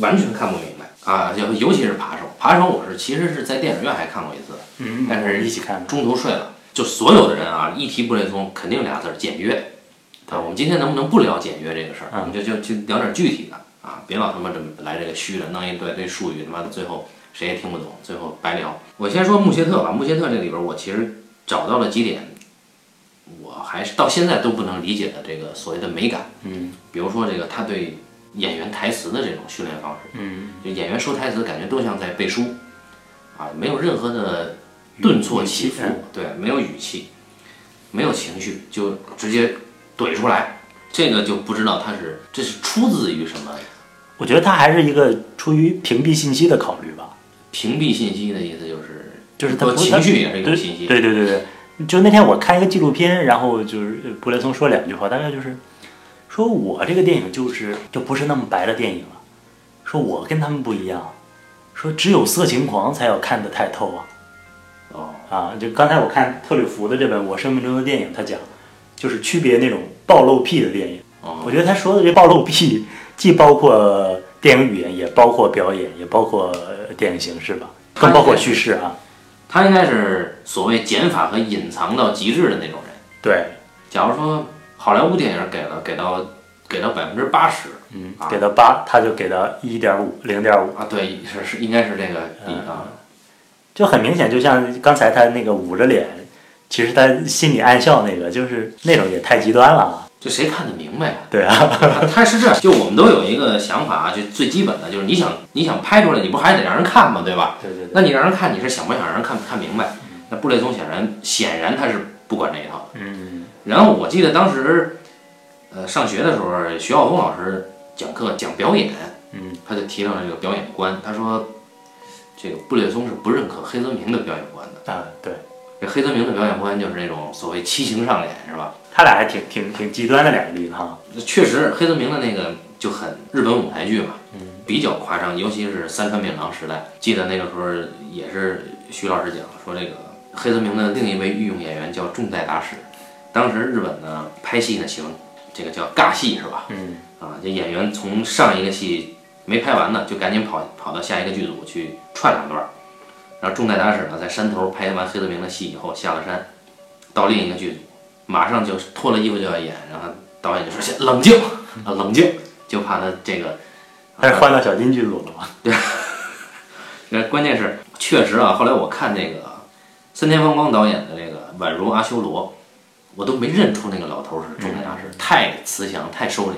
完全看不明白啊，尤尤其是扒手，扒手我是其实是在电影院还看过一次，
嗯
但是
一起看的。
中途睡了。就所有的人啊，一提布列松肯定俩字儿简约啊。我们今天能不能不聊简约这个事儿？
嗯
我们就就就聊点具体的啊，别老他妈这么来这个虚的，弄一堆堆术语，他妈的最后谁也听不懂，最后白聊。我先说穆切特吧，穆切特这里边我其实找到了几点，我还是到现在都不能理解的这个所谓的美感，
嗯
比如说这个他对演员台词的这种训练方式。
嗯，
就演员说台词，感觉都像在背书，啊，没有任何的顿挫起伏
语气，嗯
对，没有语气，没有情绪，就直接怼出来，这个就不知道他是这是出自于什么
我觉得他还是一个出于屏蔽信息的考虑吧，
屏蔽信息的意思，就是
就是他
说
不
情绪也是一种信息，
对对对对，就那天我看一个纪录片，然后就是呃布列松说两句话，大概就是说我这个电影就是就不是那么白的电影了，说我跟他们不一样，说只有色情狂才要看得太透啊
哦，
啊！就刚才我看特吕弗的这本《我生命中的电影》，他讲就是区别那种暴露癖的电影。
哦，
我觉得他说的这暴露癖，既包括电影语言，也包括表演，也包括呃电影形式吧，更包括叙事啊。
他应该是所谓减法和隐藏到极致的那种人。
对，
假如说好莱坞电影给了给到给到百分之八十
嗯
啊，
给到八，他就给到一点五、零点五，
啊，对，是是应该是这个比啊，
就很明显，就像刚才他那个捂着脸，其实他心里暗笑那个，就是那种也太极端了啊。
这谁看得明白呀？ <laughs>
对啊，
啊他是这样，就我们都有一个想法啊，就最基本的就是你想你想拍出来，你不还得让人看吗？对吧？
对对
那你让人看，你是想不想让人看看明白？那布列松显然显然他是不管这一套的。
<laughs> 嗯，
然后我记得当时，呃，上学的时候，徐浩峰老师讲课讲表演，
嗯，
他就提到了这个表演观，他说，这个布列松是不认可黑泽明的表演观的。
啊，对
这黑泽明的表演观就是那种所谓七情上脸，是吧？
他俩还挺挺挺极端的两个啊例子哈。
确实，黑泽明的那个就很日本舞台剧嘛，比较夸张，尤其是三川敏郎时代。记得那个时候也是徐老师讲说，这个黑泽明的另一位御用演员叫重代达史，当时日本呢拍戏呢喜欢这个叫尬戏是吧？
嗯，
啊，这演员从上一个戏没拍完呢，就赶紧跑跑到下一个剧组去串两段儿。然后重代达史呢在山头拍完黑泽明的戏以后下了山，到另一个剧组，马上就脱了衣服就要演，然后导演就说先冷静啊冷静，就怕他这个
他是换到小金剧组了嘛？
那关键是，确实啊，后来我看那个森田芳光导演的那个《宛如阿修罗》，我都没认出那个老头是
嗯
重代大师，太慈祥，太收敛。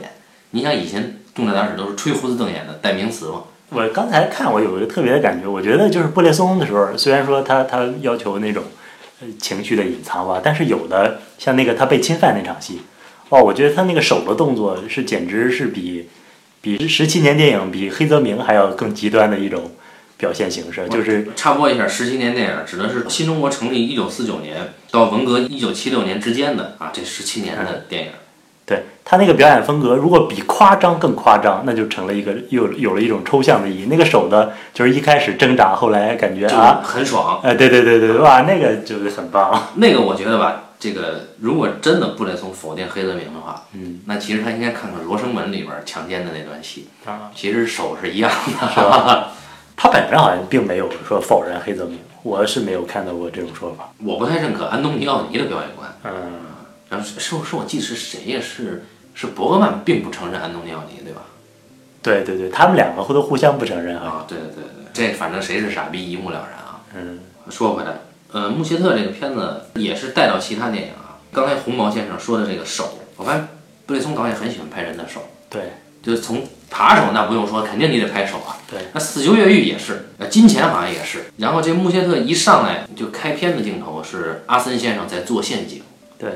你想以前重代大师都是吹胡子瞪眼的代名词嘛？
我刚才看我有一个特别的感觉，我觉得就是布列松的时候，虽然说他他要求那种呃情绪的隐藏吧，但是有的像那个他被侵犯那场戏，哇，我觉得他那个手的动作是简直是比比十七年电影比黑泽明还要更极端的一种表现形式，啊就是
插播一下，十七年电影指的是新中国成立一九四九年到文革一九七六年之间的啊，这十七年的电影。
对他那个表演风格，如果比夸张更夸张，那就成了一个又有了一种抽象的意义。那个手的就是一开始挣扎，后来感觉
就
啊，
很爽，
哎，对对对对，哇，那个就是很棒，
那个我觉得吧，这个如果真的布列松否定黑泽明的话，
嗯
那其实他应该看看《罗生门》里边强奸的那段戏，
啊。
其实手是一样的，
是吧？他本人好像并没有说否认黑泽明，我是没有看到过这种说法。
<laughs> 我不太认可安东尼奥尼的表演观。
嗯，
然后是是我是我记得是谁呀？是是伯格曼并不承认安东尼奥尼，对吧？
对对对，他们两个都互相不承认啊。
啊，对对对对，这反正谁是傻逼一目了然啊。
嗯，
说回来，呃，穆切特这个片子也是带到其他电影啊。刚才红毛先生说的这个手，我发现布列松导演很喜欢拍人的手，
对
就是从扒手那不用说，肯定你得拍手啊。
对，
那死囚越狱也是，呃，金钱好像也是。然后这穆切特一上来就开篇的镜头是阿森先生在做陷阱，
对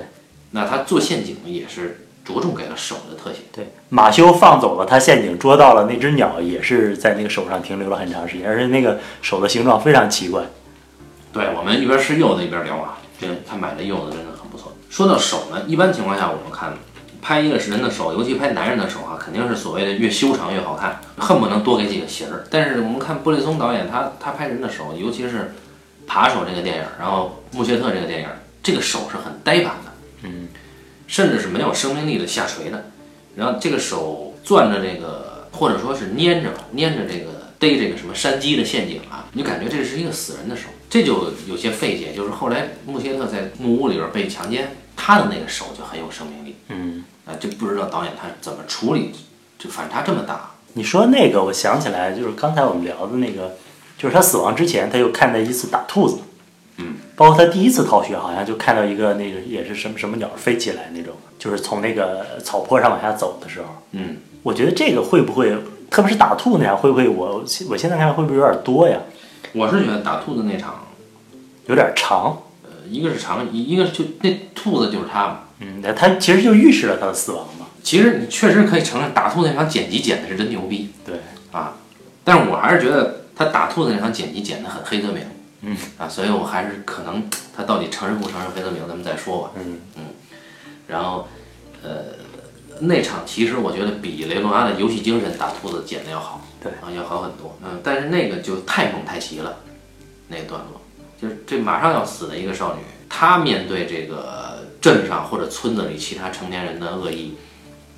那他做陷阱也是着重给了手的特写。
对，马修放走了他陷阱，捉到了那只鸟，也是在那个手上停留了很长时间，而且那个手的形状非常奇怪。
对我们一边吃柚子一边聊啊，这个他买的柚子真的很不错。说到手呢，一般情况下我们看拍一个人的手，尤其拍男人的手啊，肯定是所谓的越修长越好看，恨不能多给几个形儿。但是我们看布列松导演他他拍人的手，尤其是《扒手》这个电影，然后《穆切特》这个电影，这个手是很呆板的，嗯，甚至是没有生命力的下垂的。然后这个手攥着这个，或者说是粘着吧，粘着这个逮这个什么山鸡的陷阱啊，你就感觉这是一个死人的手，这就有些费解。就是后来穆切特在木屋里边被强奸，他的那个手就很有生命力
嗯，
啊，就不知道导演他怎么处理，就反差这么大。
你说那个，我想起来，就是刚才我们聊的那个，就是他死亡之前，他又看到一次打兔子。
嗯，
包括他第一次逃学，好像就看到一个那个也是什么什么鸟飞起来那种，就是从那个草坡上往下走的时候。
嗯，
我觉得这个会不会，特别是打兔那样，会不会我我现在看会不会有点多呀？
我是觉得打兔子那场，
有点长。
呃，一个是长，一一个是就那兔子就是他嘛。
嗯，那他其实就预示了他的死亡嘛。
其实你确实可以承认，打兔子那场剪辑剪的是真牛逼，
对，
啊，但是我还是觉得他打兔子那场剪辑剪得很黑泽明，
嗯
啊，所以我还是可能他到底承认不承认黑泽明，咱们再说吧。
嗯
然后，呃，那场其实我觉得比雷诺阿的游戏精神打兔子剪得要好，
对
啊，要好很多。嗯，但是那个就太猛太奇了，那个段落，就是这马上要死的一个少女，她面对这个镇上或者村子里其他成年人的恶意，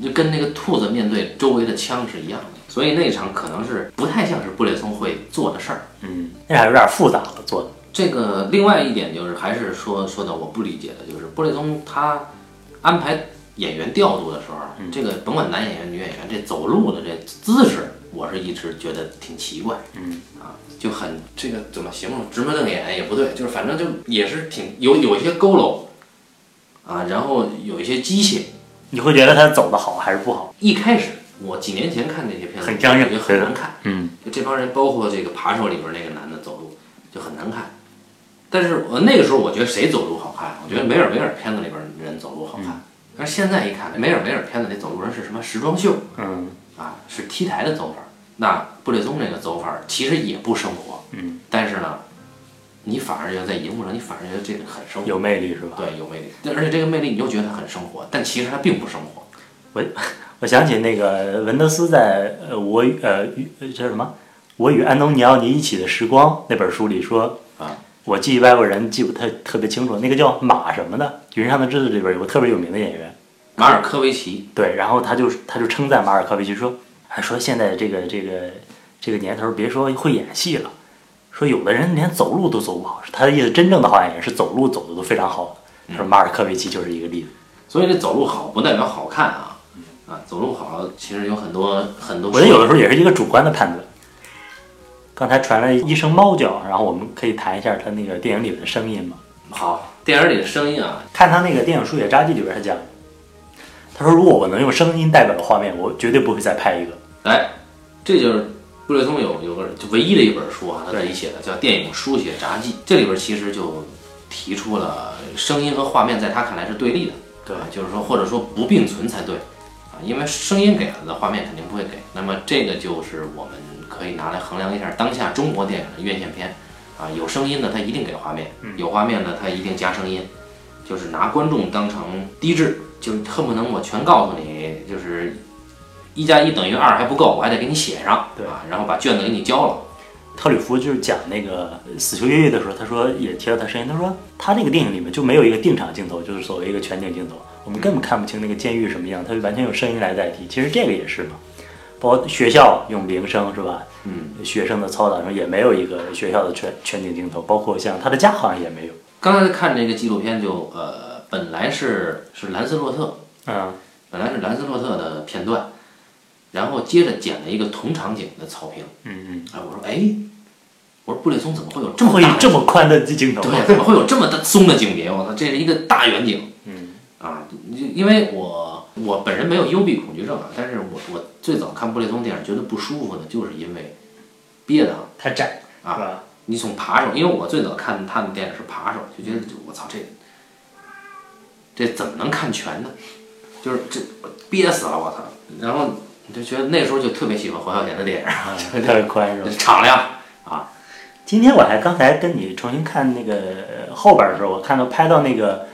就跟那个兔子面对周围的枪是一样的。所以那场可能是不太像是布列松会做的事儿。
嗯，那还有点复杂了做的。
这个另外一点就是，还是说说到我不理解的，就是布列松他安排演员调度的时候啊，这个甭管男演员、女演员，这走路的这姿势，我是一直觉得挺奇怪，
嗯
啊，就很这个怎么形容，直眉瞪眼也不对，就是反正就也是挺有有一些佝偻啊，然后有一些机械。
你会觉得他走的好还是不好？
一开始我几年前看这些片子，
很僵硬
就很难看。
嗯，
就这帮人，包括这个扒手里边那个男的走路就很难看。但是我那个时候我觉得谁走路好看？我觉得梅尔维尔片子里边人走路好
嗯
看。但是现在一看，梅尔维尔片子里走路人是什么时装秀
嗯，
啊，是 T 台的走法。那布列松这个走法其实也不生活，
嗯，
但是呢，你反而觉得在银幕上，你反而觉得这个很生活，
有魅力是吧？
对，有魅力。但而且这个魅力你又觉得它很生活，但其实它并不生活。
我想起那个文德斯在呃我与呃与呃叫什么？我与安东尼奥尼一起的时光那本书里说
啊，
我记外国人记不特特别清楚，那个叫马什么的《云上的日子》里边有个特别有名的演员，
马尔科维奇
对，然后他就他就称赞马尔科维奇说，还说现在这个这个这个年头，别说会演戏了，说有的人连走路都走不好，他的意思真正的好演员是走路走的都非常好的，说马尔科维奇就是一个例子。
所以这走路好不代表好看啊，啊，走路好其实有很多很多。
我觉得有的时候也是一个主观的判断。刚才传来一声猫叫，然后我们可以谈一下它那个电影里的声音嘛。
好，电影里的声音啊，
看他那个电影《书写札记》里边，他讲，他说如果我能用声音代表画面，我绝对不会再拍一个。
哎，这就是布列松有有个就唯一的一本书啊，他自己写的叫《电影书写札记》，这里边其实就提出了声音和画面在他看来是对立的，
对
啊就是说或者说不并存才对啊，因为声音给了的画面肯定不会给，那么这个就是我们可以拿来衡量一下当下中国电影的院线片啊，有声音的它一定给画面，有画面的它一定加声音，就是拿观众当成低智，就是恨不能我全告诉你，就是一加一等于二还不够，我还得给你写上，
对
啊，然后把卷子给你交了。
特里弗就是讲那个《死囚越狱》的时候，他说也提到他声音，他说他那个电影里面就没有一个定场镜头，就是所谓一个全景镜头，我们根本看不清那个监狱什么样，他就完全用声音来代替。其实这个也是嘛，包括学校用铃声是吧？
嗯，
学生的操场上也没有一个学校的全全景镜头，包括像他的家好像也没有。
刚才看这个纪录片就呃，本来是是兰斯洛特，
嗯，
本来是兰斯洛特的片段，然后接着剪了一个同场景的草坪。
嗯
哎，我说哎，我说布列松怎么会有这
这
么
会
大的
<laughs> 这么宽的镜头？
对，怎么会有这么大松的景别？我操，这是一个大远景。
嗯，
啊，啊，因为我我本人没有幽闭恐惧症啊，但是我我最早看布列松电影觉得不舒服呢，就是因为憋得慌。
太窄
啊
是吧？
你从扒手，因为我最早看他的电影是扒手，就觉得就我操这这怎么能看全呢？就是这憋死了我操！然后你就觉得那时候就特别喜欢黄孝贤的电影
<laughs>
啊， <laughs> 就
特别宽容。
敞亮。
今天我还刚才跟你重新看那个呃后边的时候，我看到拍到那个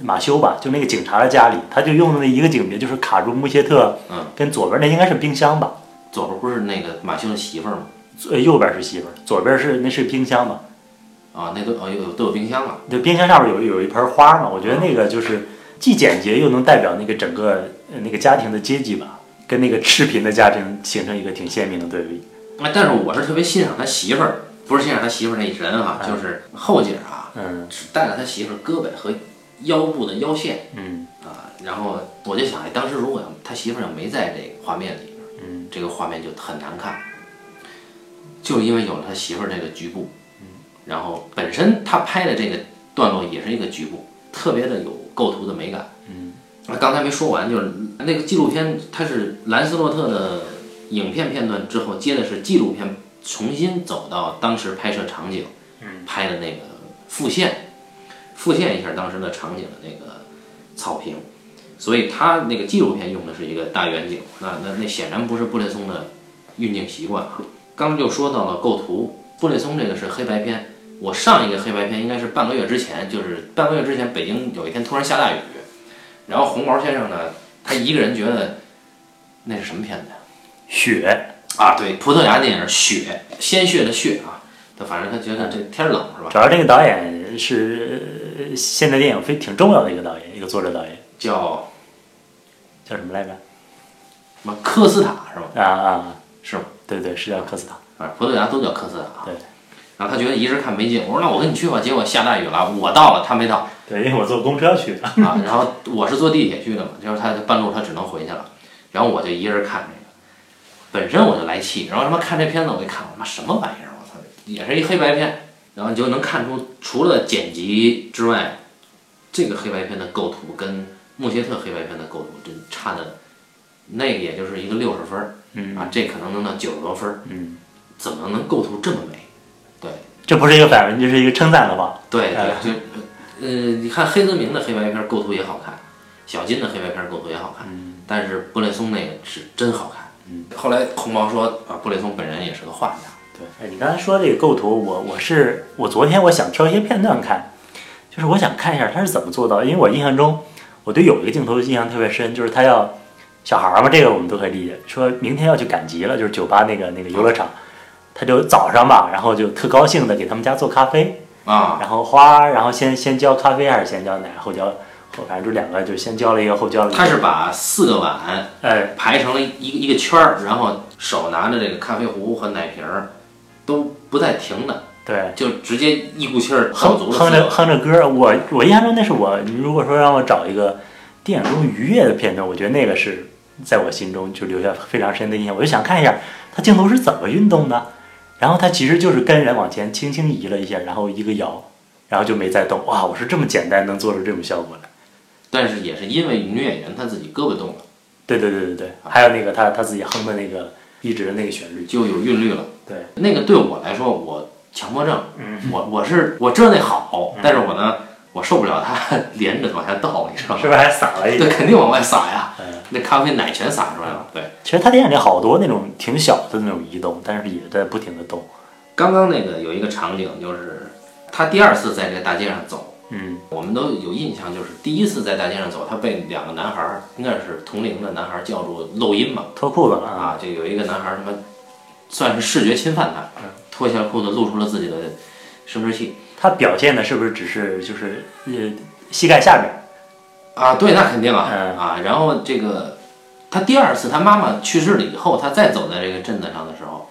马修吧，就那个警察的家里，他就用的那一个景别，就是卡住穆切特，
嗯，
跟左边那应该是冰箱吧，
左边不是那个马修的媳妇儿吗？
左右边是媳妇儿，左边是那是冰箱嘛，
啊，那都哦有有都有冰箱了。
就冰箱上面有有一盆花嘛，我觉得那个就是既简洁又能代表那个整个呃那个家庭的阶级吧，跟那个赤贫的家庭形成一个挺鲜明的对比。
啊，但是我是特别欣赏他媳妇儿，不是欣赏他媳妇儿那人哈、
嗯
就是后姐啊，
嗯
只带了他媳妇儿胳膊和腰部的腰线
嗯
啊。然后我就想，哎当时如果要他媳妇儿要没在这个画面里边儿，
嗯
这个画面就很难看。就是因为有了他媳妇儿这个局部，
嗯
然后本身他拍的这个段落也是一个局部，特别的有构图的美感。
嗯
啊，刚才没说完，就是那个纪录片，它是兰斯洛特的影片片段之后接的是纪录片，重新走到当时拍摄场景，
嗯
拍的那个复现，复现一下当时的场景的那个草坪，所以他那个纪录片用的是一个大远景，那那那显然不是布列松的运镜习惯啊。刚就说到了构图，布列松这个是黑白片，我上一个黑白片应该是半个月之前，就是半个月之前北京有一天突然下大雨，然后红毛先生呢，他一个人觉得那是什么片子呀？
雪
啊，对，葡萄牙电影《雪》，鲜血的血啊，他反正他觉得这天冷是吧？
主要这个导演是呃现代电影非挺重要的一个导演，一个作者导演
叫
叫什么来着？
什么科斯塔是吧？
啊啊，
是吗？
对对，是叫科斯塔。
啊，葡萄牙都叫科斯塔。
对。
然后他觉得一直看没劲，我说那我跟你去吧。结果下大雨了，我到了，他没到
对，因为我坐公车去的。
啊。然后我是坐地铁去的嘛，就是他半路他只能回去了。然后我就一人看这个，本身我就来气，然后他妈看这片子我一看，我他妈什么玩意儿？我操，也是一黑白片。然后你就能看出，除了剪辑之外，这个黑白片的构图跟穆切特黑白片的构图真差的，那个也就是一个六十分儿
嗯
啊，这可能能到九十多分儿。
嗯，
怎么能构图这么美？
这不是一个反问，这是一个称赞的话。
对
哎
对，就呃，你看黑泽明的黑白片构图也好看，小金的黑白片构图也好看，但是布列松那个是真好看。
嗯
后来红毛说啊，布列松本人也是个画家，
对，哎，你刚才说这个构图，我我是我昨天我想挑一些片段看，就是我想看一下他是怎么做到的，因为我印象中我对有一个镜头印象特别深，就是他要小孩儿嘛，这个我们都可以理解，说明天要去赶集了，就是酒吧那个那个游乐场，他就早上吧，然后就特高兴的给他们家做咖啡，
啊，
然后花，然后先先浇咖啡还是先浇奶，后浇后反正就两个，就先浇了一个后浇了一个，
他是把四个碗
呃
排成了一个一个圈儿，然后手拿着这个咖啡壶和奶瓶儿，都不带停的，
对。
就直接一股气儿倒
哼
足了四
哼
个
着哼着歌儿，我我印象中那是我，你如果说让我找一个电影中愉悦的片段，我觉得那个是在我心中就留下非常深的印象。我就想看一下他镜头是怎么运动的，然后他其实就是跟人往前轻轻移了一下，然后一个摇，然后就没再动。哇，我说这么简单能做出这种效果来？
但是也是因为女演员她自己胳膊动了，
对对对对对，还有那个他他自己哼的那个一直的那个旋律，
就有韵律了。
对，
那个对我来说，我强迫症，
嗯，
我我是我知道那好，但是我呢，我受不了它 <laughs> 连着往下倒，你知道吗？
是不是还撒了一
对，
个？
肯定往外撒呀，
嗯。
那咖啡奶全撒出来了。对，
其实他电影里好多那种挺小的那种移动，但是也在不停的动。
刚刚那个有一个场景就是，他第二次在这个大街上走，
嗯
我们都有印象，就是第一次在大街上走，他被两个男孩儿，应该是同龄的男孩儿叫住漏音嘛，
脱裤子了啊！
啊，就有一个男孩儿他妈算是视觉侵犯他，
嗯
脱下裤子露出了自己的生殖器，
他表现的是不是只是就是呃膝盖下面？
啊，对，那肯定啊、
嗯
啊。然后这个他第二次他妈妈去世了以后，他再走在这个镇子上的时候，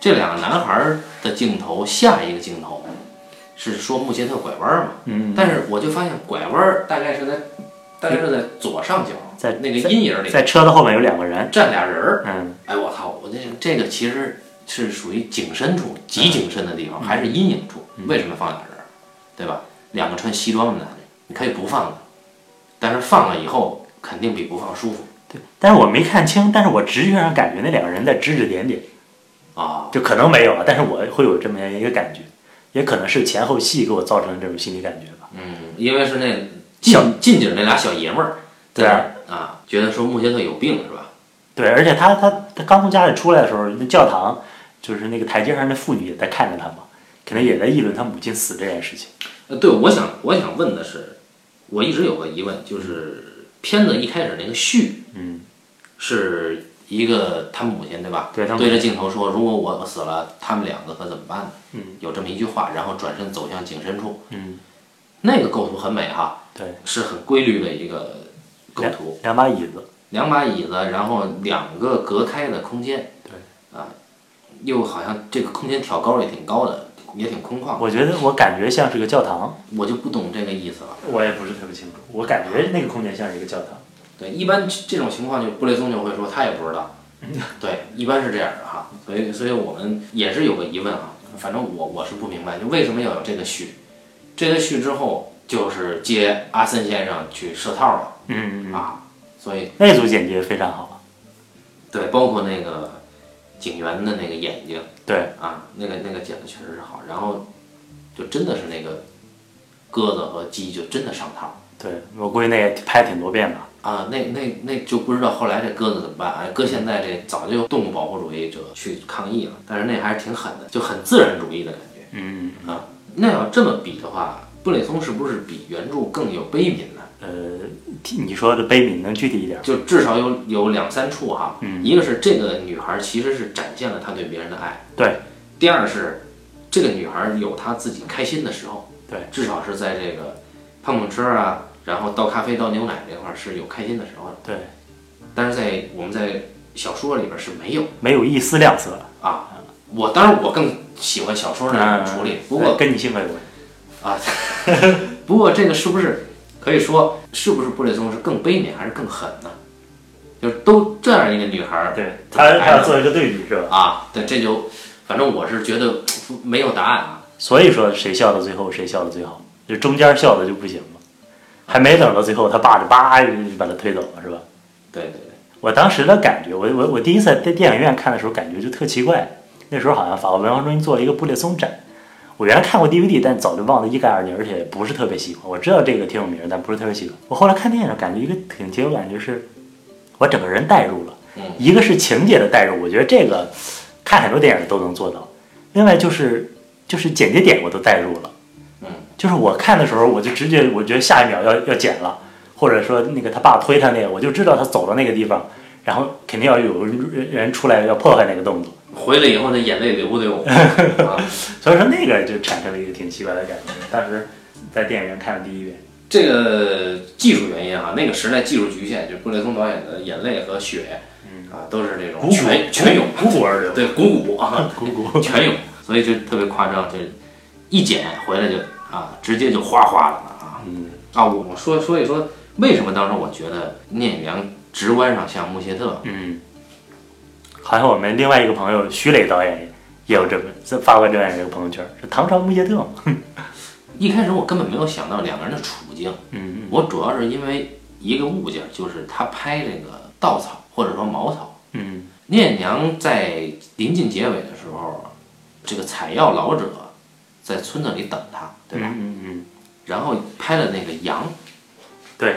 这两个男孩儿的镜头，下一个镜头是说穆切特拐弯儿嘛，
嗯
但是我就发现拐弯儿大概是在大概是在左上角，
在
那个阴影里
在车的后面有两个人，
站俩人儿。
嗯，
哎，我操！我这这个其实是属于景深处，极景深的地方，还是阴影处？为什么放俩人儿？对吧？两个穿西装的男人，你可以不放的，但是放了以后肯定比不放舒服
对，但是我没看清，但是我直觉上感觉那两个人在指指点点，
啊。
就可能没有啊，但是我会有这么样一个感觉，也可能是前后戏给我造成的这种心理感觉吧。
嗯，因为是那
小
近近景那俩小爷们儿在那儿啊，觉得说穆切特有病是吧？
对，而且他他他刚从家里出来的时候，那教堂就是那个台阶上那妇女也在看着他嘛，可能也在议论他母亲死这件事情。
呃，对，我想我想问的是，我一直有个疑问，就是片子一开始那个序
嗯，
是一个他母亲对吧？
对，他母
对着镜头说：“如果我死了，他们两个可怎么办呢？”
嗯，
有这么一句话，然后转身走向景深处，
嗯，
那个构图很美哈，
对，
是很规律的一个构图，
两把椅子，
两把椅子，然后两个隔开的空间，
对，
啊，又好像这个空间挑高也挺高的，也挺空旷，
我觉得我感觉像是个教堂，
我就不懂这个意思了。
我也不是特别清楚，我感觉那个空间像是一个教堂。
对，一般这种情况就布列松就会说他也不知道，对，一般是这样的哈，所以所以我们也是有个疑问啊，反正我我是不明白，就为什么要有这个序，这个序之后就是接阿森先生去设套了
嗯，
啊，所以
那组剪辑非常好，
对，包括那个警员的那个眼睛
对，
啊，那个那个剪的确实是好，然后就真的是那个鸽子和鸡就真的上套。
对我估计那也拍挺多遍吧。
啊，那那那就不知道后来这鸽子怎么办啊？鸽现在这早就动物保护主义者去抗议了，但是那还是挺狠的，就很自然主义的感觉
嗯，
啊。那要这么比的话，布列松是不是比原著更有悲悯呢？
呃，你说的悲悯能具体一点儿？
就至少有有两三处哈，
嗯
一个是这个女孩其实是展现了她对别人的爱，
对，
第二是这个女孩有她自己开心的时候，
对，
至少是在这个碰碰车啊，然后倒咖啡倒牛奶这块儿是有开心的时候的。
对，
但是在我们在小说里边是没有
没有一丝亮色。
啊。我当然我更喜欢小说那种处理，不过
对嗯跟你性格有关。
啊，不过这个是不是可以说是不是布列松是更悲悯还是更狠呢？就是都这样一个女孩儿
对
他他要
做一个对比是吧？
啊，对，这就反正我是觉得没有答案啊。
所以说谁笑到最后谁笑的最好，就中间笑的就不行了，还没等到最后，他爸就叭就把他推走了是吧？
对对对，
我当时的感觉，我我我第一次在电影院看的时候，感觉就特奇怪。那时候好像法国文化中心做了一个布列松展，我原来看过 DVD，但早就忘得一干二净，而且不是特别喜欢。我知道这个挺有名，但不是特别喜欢。我后来看电影，感觉一个挺挺有感觉是，我整个人代入了。
嗯
一个是情节的代入，我觉得这个看很多电影都能做到。另外就是就是剪接点我都代入了，
嗯，
就是我看的时候，我就直接我觉得下一秒要要剪了，或者说那个他爸推他那个，我就知道他走到那个地方，然后肯定要有人人出来要破坏那个动作，
回来以后那眼泪流不
<laughs>
流啊？
所以说那个就产生了一个挺奇怪的感觉。当时在电影院看的第一遍，
这个技术原因啊，那个时代技术局限，就布列松导演的眼泪和血，啊，都是这种泉泉涌，
鼓鼓而流，
对，鼓鼓
<laughs>
啊，
鼓鼓。
泉涌，所以就特别夸张，就一剪回来就啊，直接就哗哗了啊
嗯，
啊！我我说说一说，为什么当时我觉得聂远良直观上像穆切特？
嗯，好像我们另外一个朋友徐磊导演也有这么发过这样一个朋友圈，是唐朝穆切特嘛？
一开始我根本没有想到两个人的处境，
嗯
我主要是因为一个物件，就是他拍这个稻草或者说茅草。
嗯
聂隐娘在临近结尾的时候，这个采药老者在村子里等他，对吧？
嗯嗯
然后拍了那个羊，
对，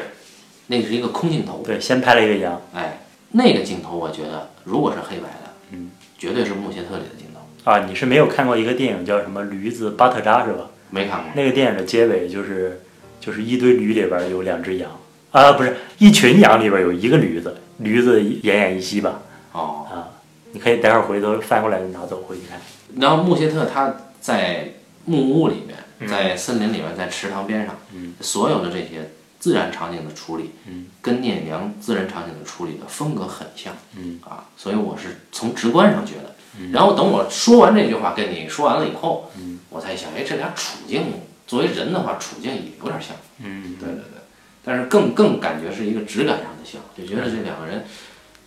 那是一个空镜头，
对，先拍了一个羊
哎，那个镜头我觉得如果是黑白的，
嗯，
绝对是穆切特里的镜头，
啊，你是没有看过一个电影叫什么《驴子巴特扎》是吧？
没看过。
那个电影的结尾就是就是一堆驴里边有两只羊啊，不是一群羊里边有一个驴子，驴子奄奄一息吧
哦，
啊，你可以待会儿回头翻过来拿走回去看。
然后穆切特他在木屋里面，
嗯
在森林里面，在池塘边上，
嗯
所有的这些自然场景的处理，
嗯
跟聂隐娘自然场景的处理的风格很像。
嗯
啊，所以我是从直观上觉得。然后等我说完这句话跟你说完了以后，
嗯
我才想，哎，这俩处境，作为人的话，处境也有点像。
嗯
对对对，但是更更感觉是一个质感上的像，就
嗯
觉得这两个人，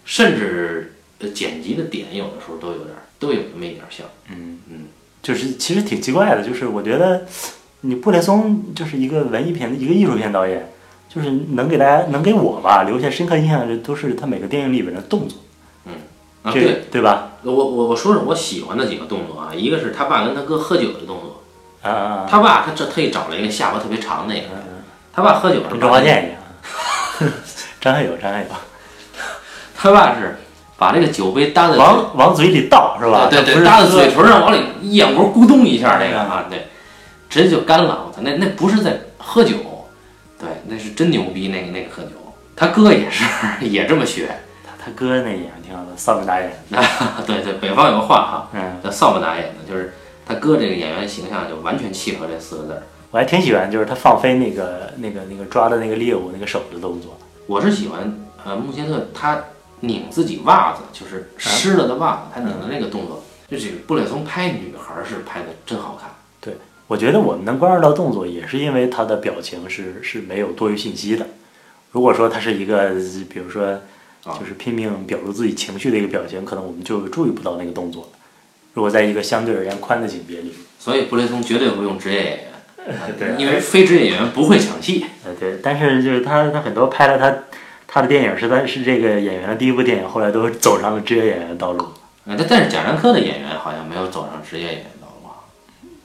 甚至呃剪辑的点有的时候都有点儿都有那么一点儿像。
嗯
嗯，
就是其实挺奇怪的，就是我觉得你布列松就是一个文艺片的一个艺术片导演，就是能给大家能给我吧留下深刻印象的，这都是他每个电影里边的动作，
啊，
这
对，
对吧？
我我我说说我喜欢的几个动作啊，一个是他爸跟他哥喝酒的动作，
啊啊，啊
他爸他这特意找了一个下巴特别长那个，
嗯
他爸喝酒
跟周华健一样，张学友，张学友，
他爸是把这个酒杯搭在
往往嘴里倒是吧？
对
不
对，
是
搭在
喝嗯
嘴唇上往里一眼窝咕咚一下，那个啊，对，直接就干了。我操，那那不是在喝酒，对，那是真牛逼，那个那个喝酒。他哥也是 <laughs> 也这么学， <laughs>
他他哥那演挺好的，扫帚打眼，
对对，北方有个话哈，
嗯，
叫扫把打眼的，就是他哥这个演员形象就完全契合这四个字儿。
我还挺喜欢，就是他放飞那个那个那个抓的那个猎物那个手的动作，
我是喜欢呃，穆切特他拧自己袜子，就是湿了的袜子，他拧的那个动作，就是布列松拍女孩儿是拍的真好看。
我觉得我们能关注到动作，也是因为他的表情是是没有多余信息的。如果说他是一个，比如说
啊
就是拼命表露自己情绪的一个表情，可能我们就注意不到那个动作了。如果在一个相对而言宽的景别里，
所以布雷松绝对不用职业演员，
对哎
因为非职业演员不会抢戏。
呃对，但是就是他他很多拍了他他的电影是他是这个演员的第一部电影，后来都走上了职业演员的道路。
呃但但是贾樟柯的演员好像没有走上职业演员道路啊，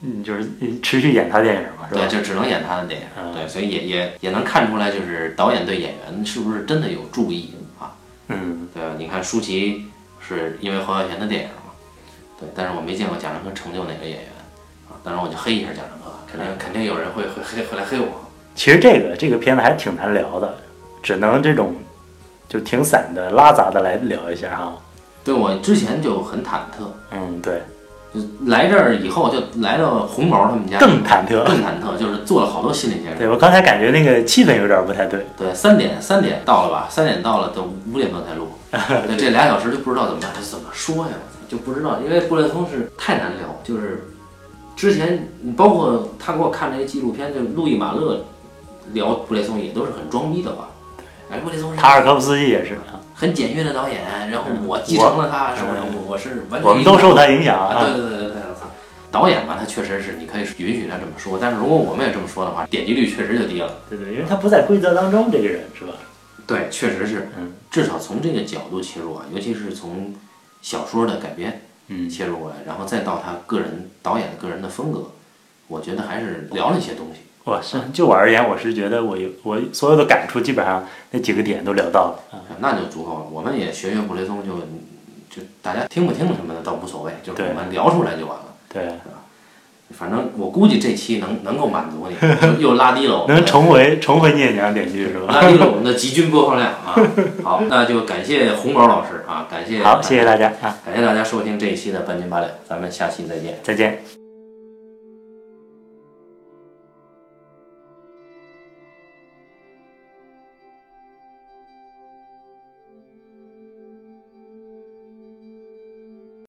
嗯，就是嗯持续演他电影嘛，是吧
对，？就只能演他的电影，
嗯
对，所以也也也能看出来，就是导演对演员是不是真的有注意啊？
嗯，
对吧？你看舒淇是因为侯孝贤的电影嘛，对，但是我没见过贾樟柯成就哪个演员啊，当然我就黑一下贾樟柯，肯定肯定有人会会黑会来黑我，
其实这个这个片子还挺难聊的，只能这种就挺散的拉杂的来聊一下哈。
对我之前就很忐忑，
嗯，对，
就来这儿以后就来到红毛他们家，
更忐忑。
更忐忑，就是做了好多心理建设。
对我刚才感觉那个气氛有点不太对，
对，三点三点到了吧？三点到了，等五点半才录，对，这俩小时就不知道怎么办，这怎么说呀？我操就不知道，因为布列松是太难聊，就是之前你包括他给我看那个纪录片，就路易马勒聊布列松也都是很装逼的吧？哎，布列松是
塔尔科夫斯基也是啊，
很简约的导演，然后我继承了他，是不是？我我是完全
我们都受他影响
啊，对
啊。
对对对对，我操！导演嘛，他确实是你可以允许他这么说，但是如果我们也这么说的话，点击率确实就低了。
对对，因为他不在规则当中，这个人是吧？
对，确实是，
嗯
至少从这个角度切入啊，尤其是从小说的改编
嗯，
切入过来，然后再到他个人导演个人的风格，我觉得还是聊了一些东西。
我是就我而言，我是觉得我有我所有的感触基本上那几个点都聊到了啊。
那就足够了。我们也学学布雷松就，就大家听不听什么的倒无所谓，就是
对
我们聊出来就完了。
对，
反正我估计这期能能够满足你，就又拉低了我们
能
的。
重回重回聂娘点击是吧？
拉低了我们的集均播放量啊！好，那就感谢红宝老师啊，感谢
<laughs> 好，谢谢大家啊，
感谢大家收听这一期的半斤八两，咱们下期再见。
再见。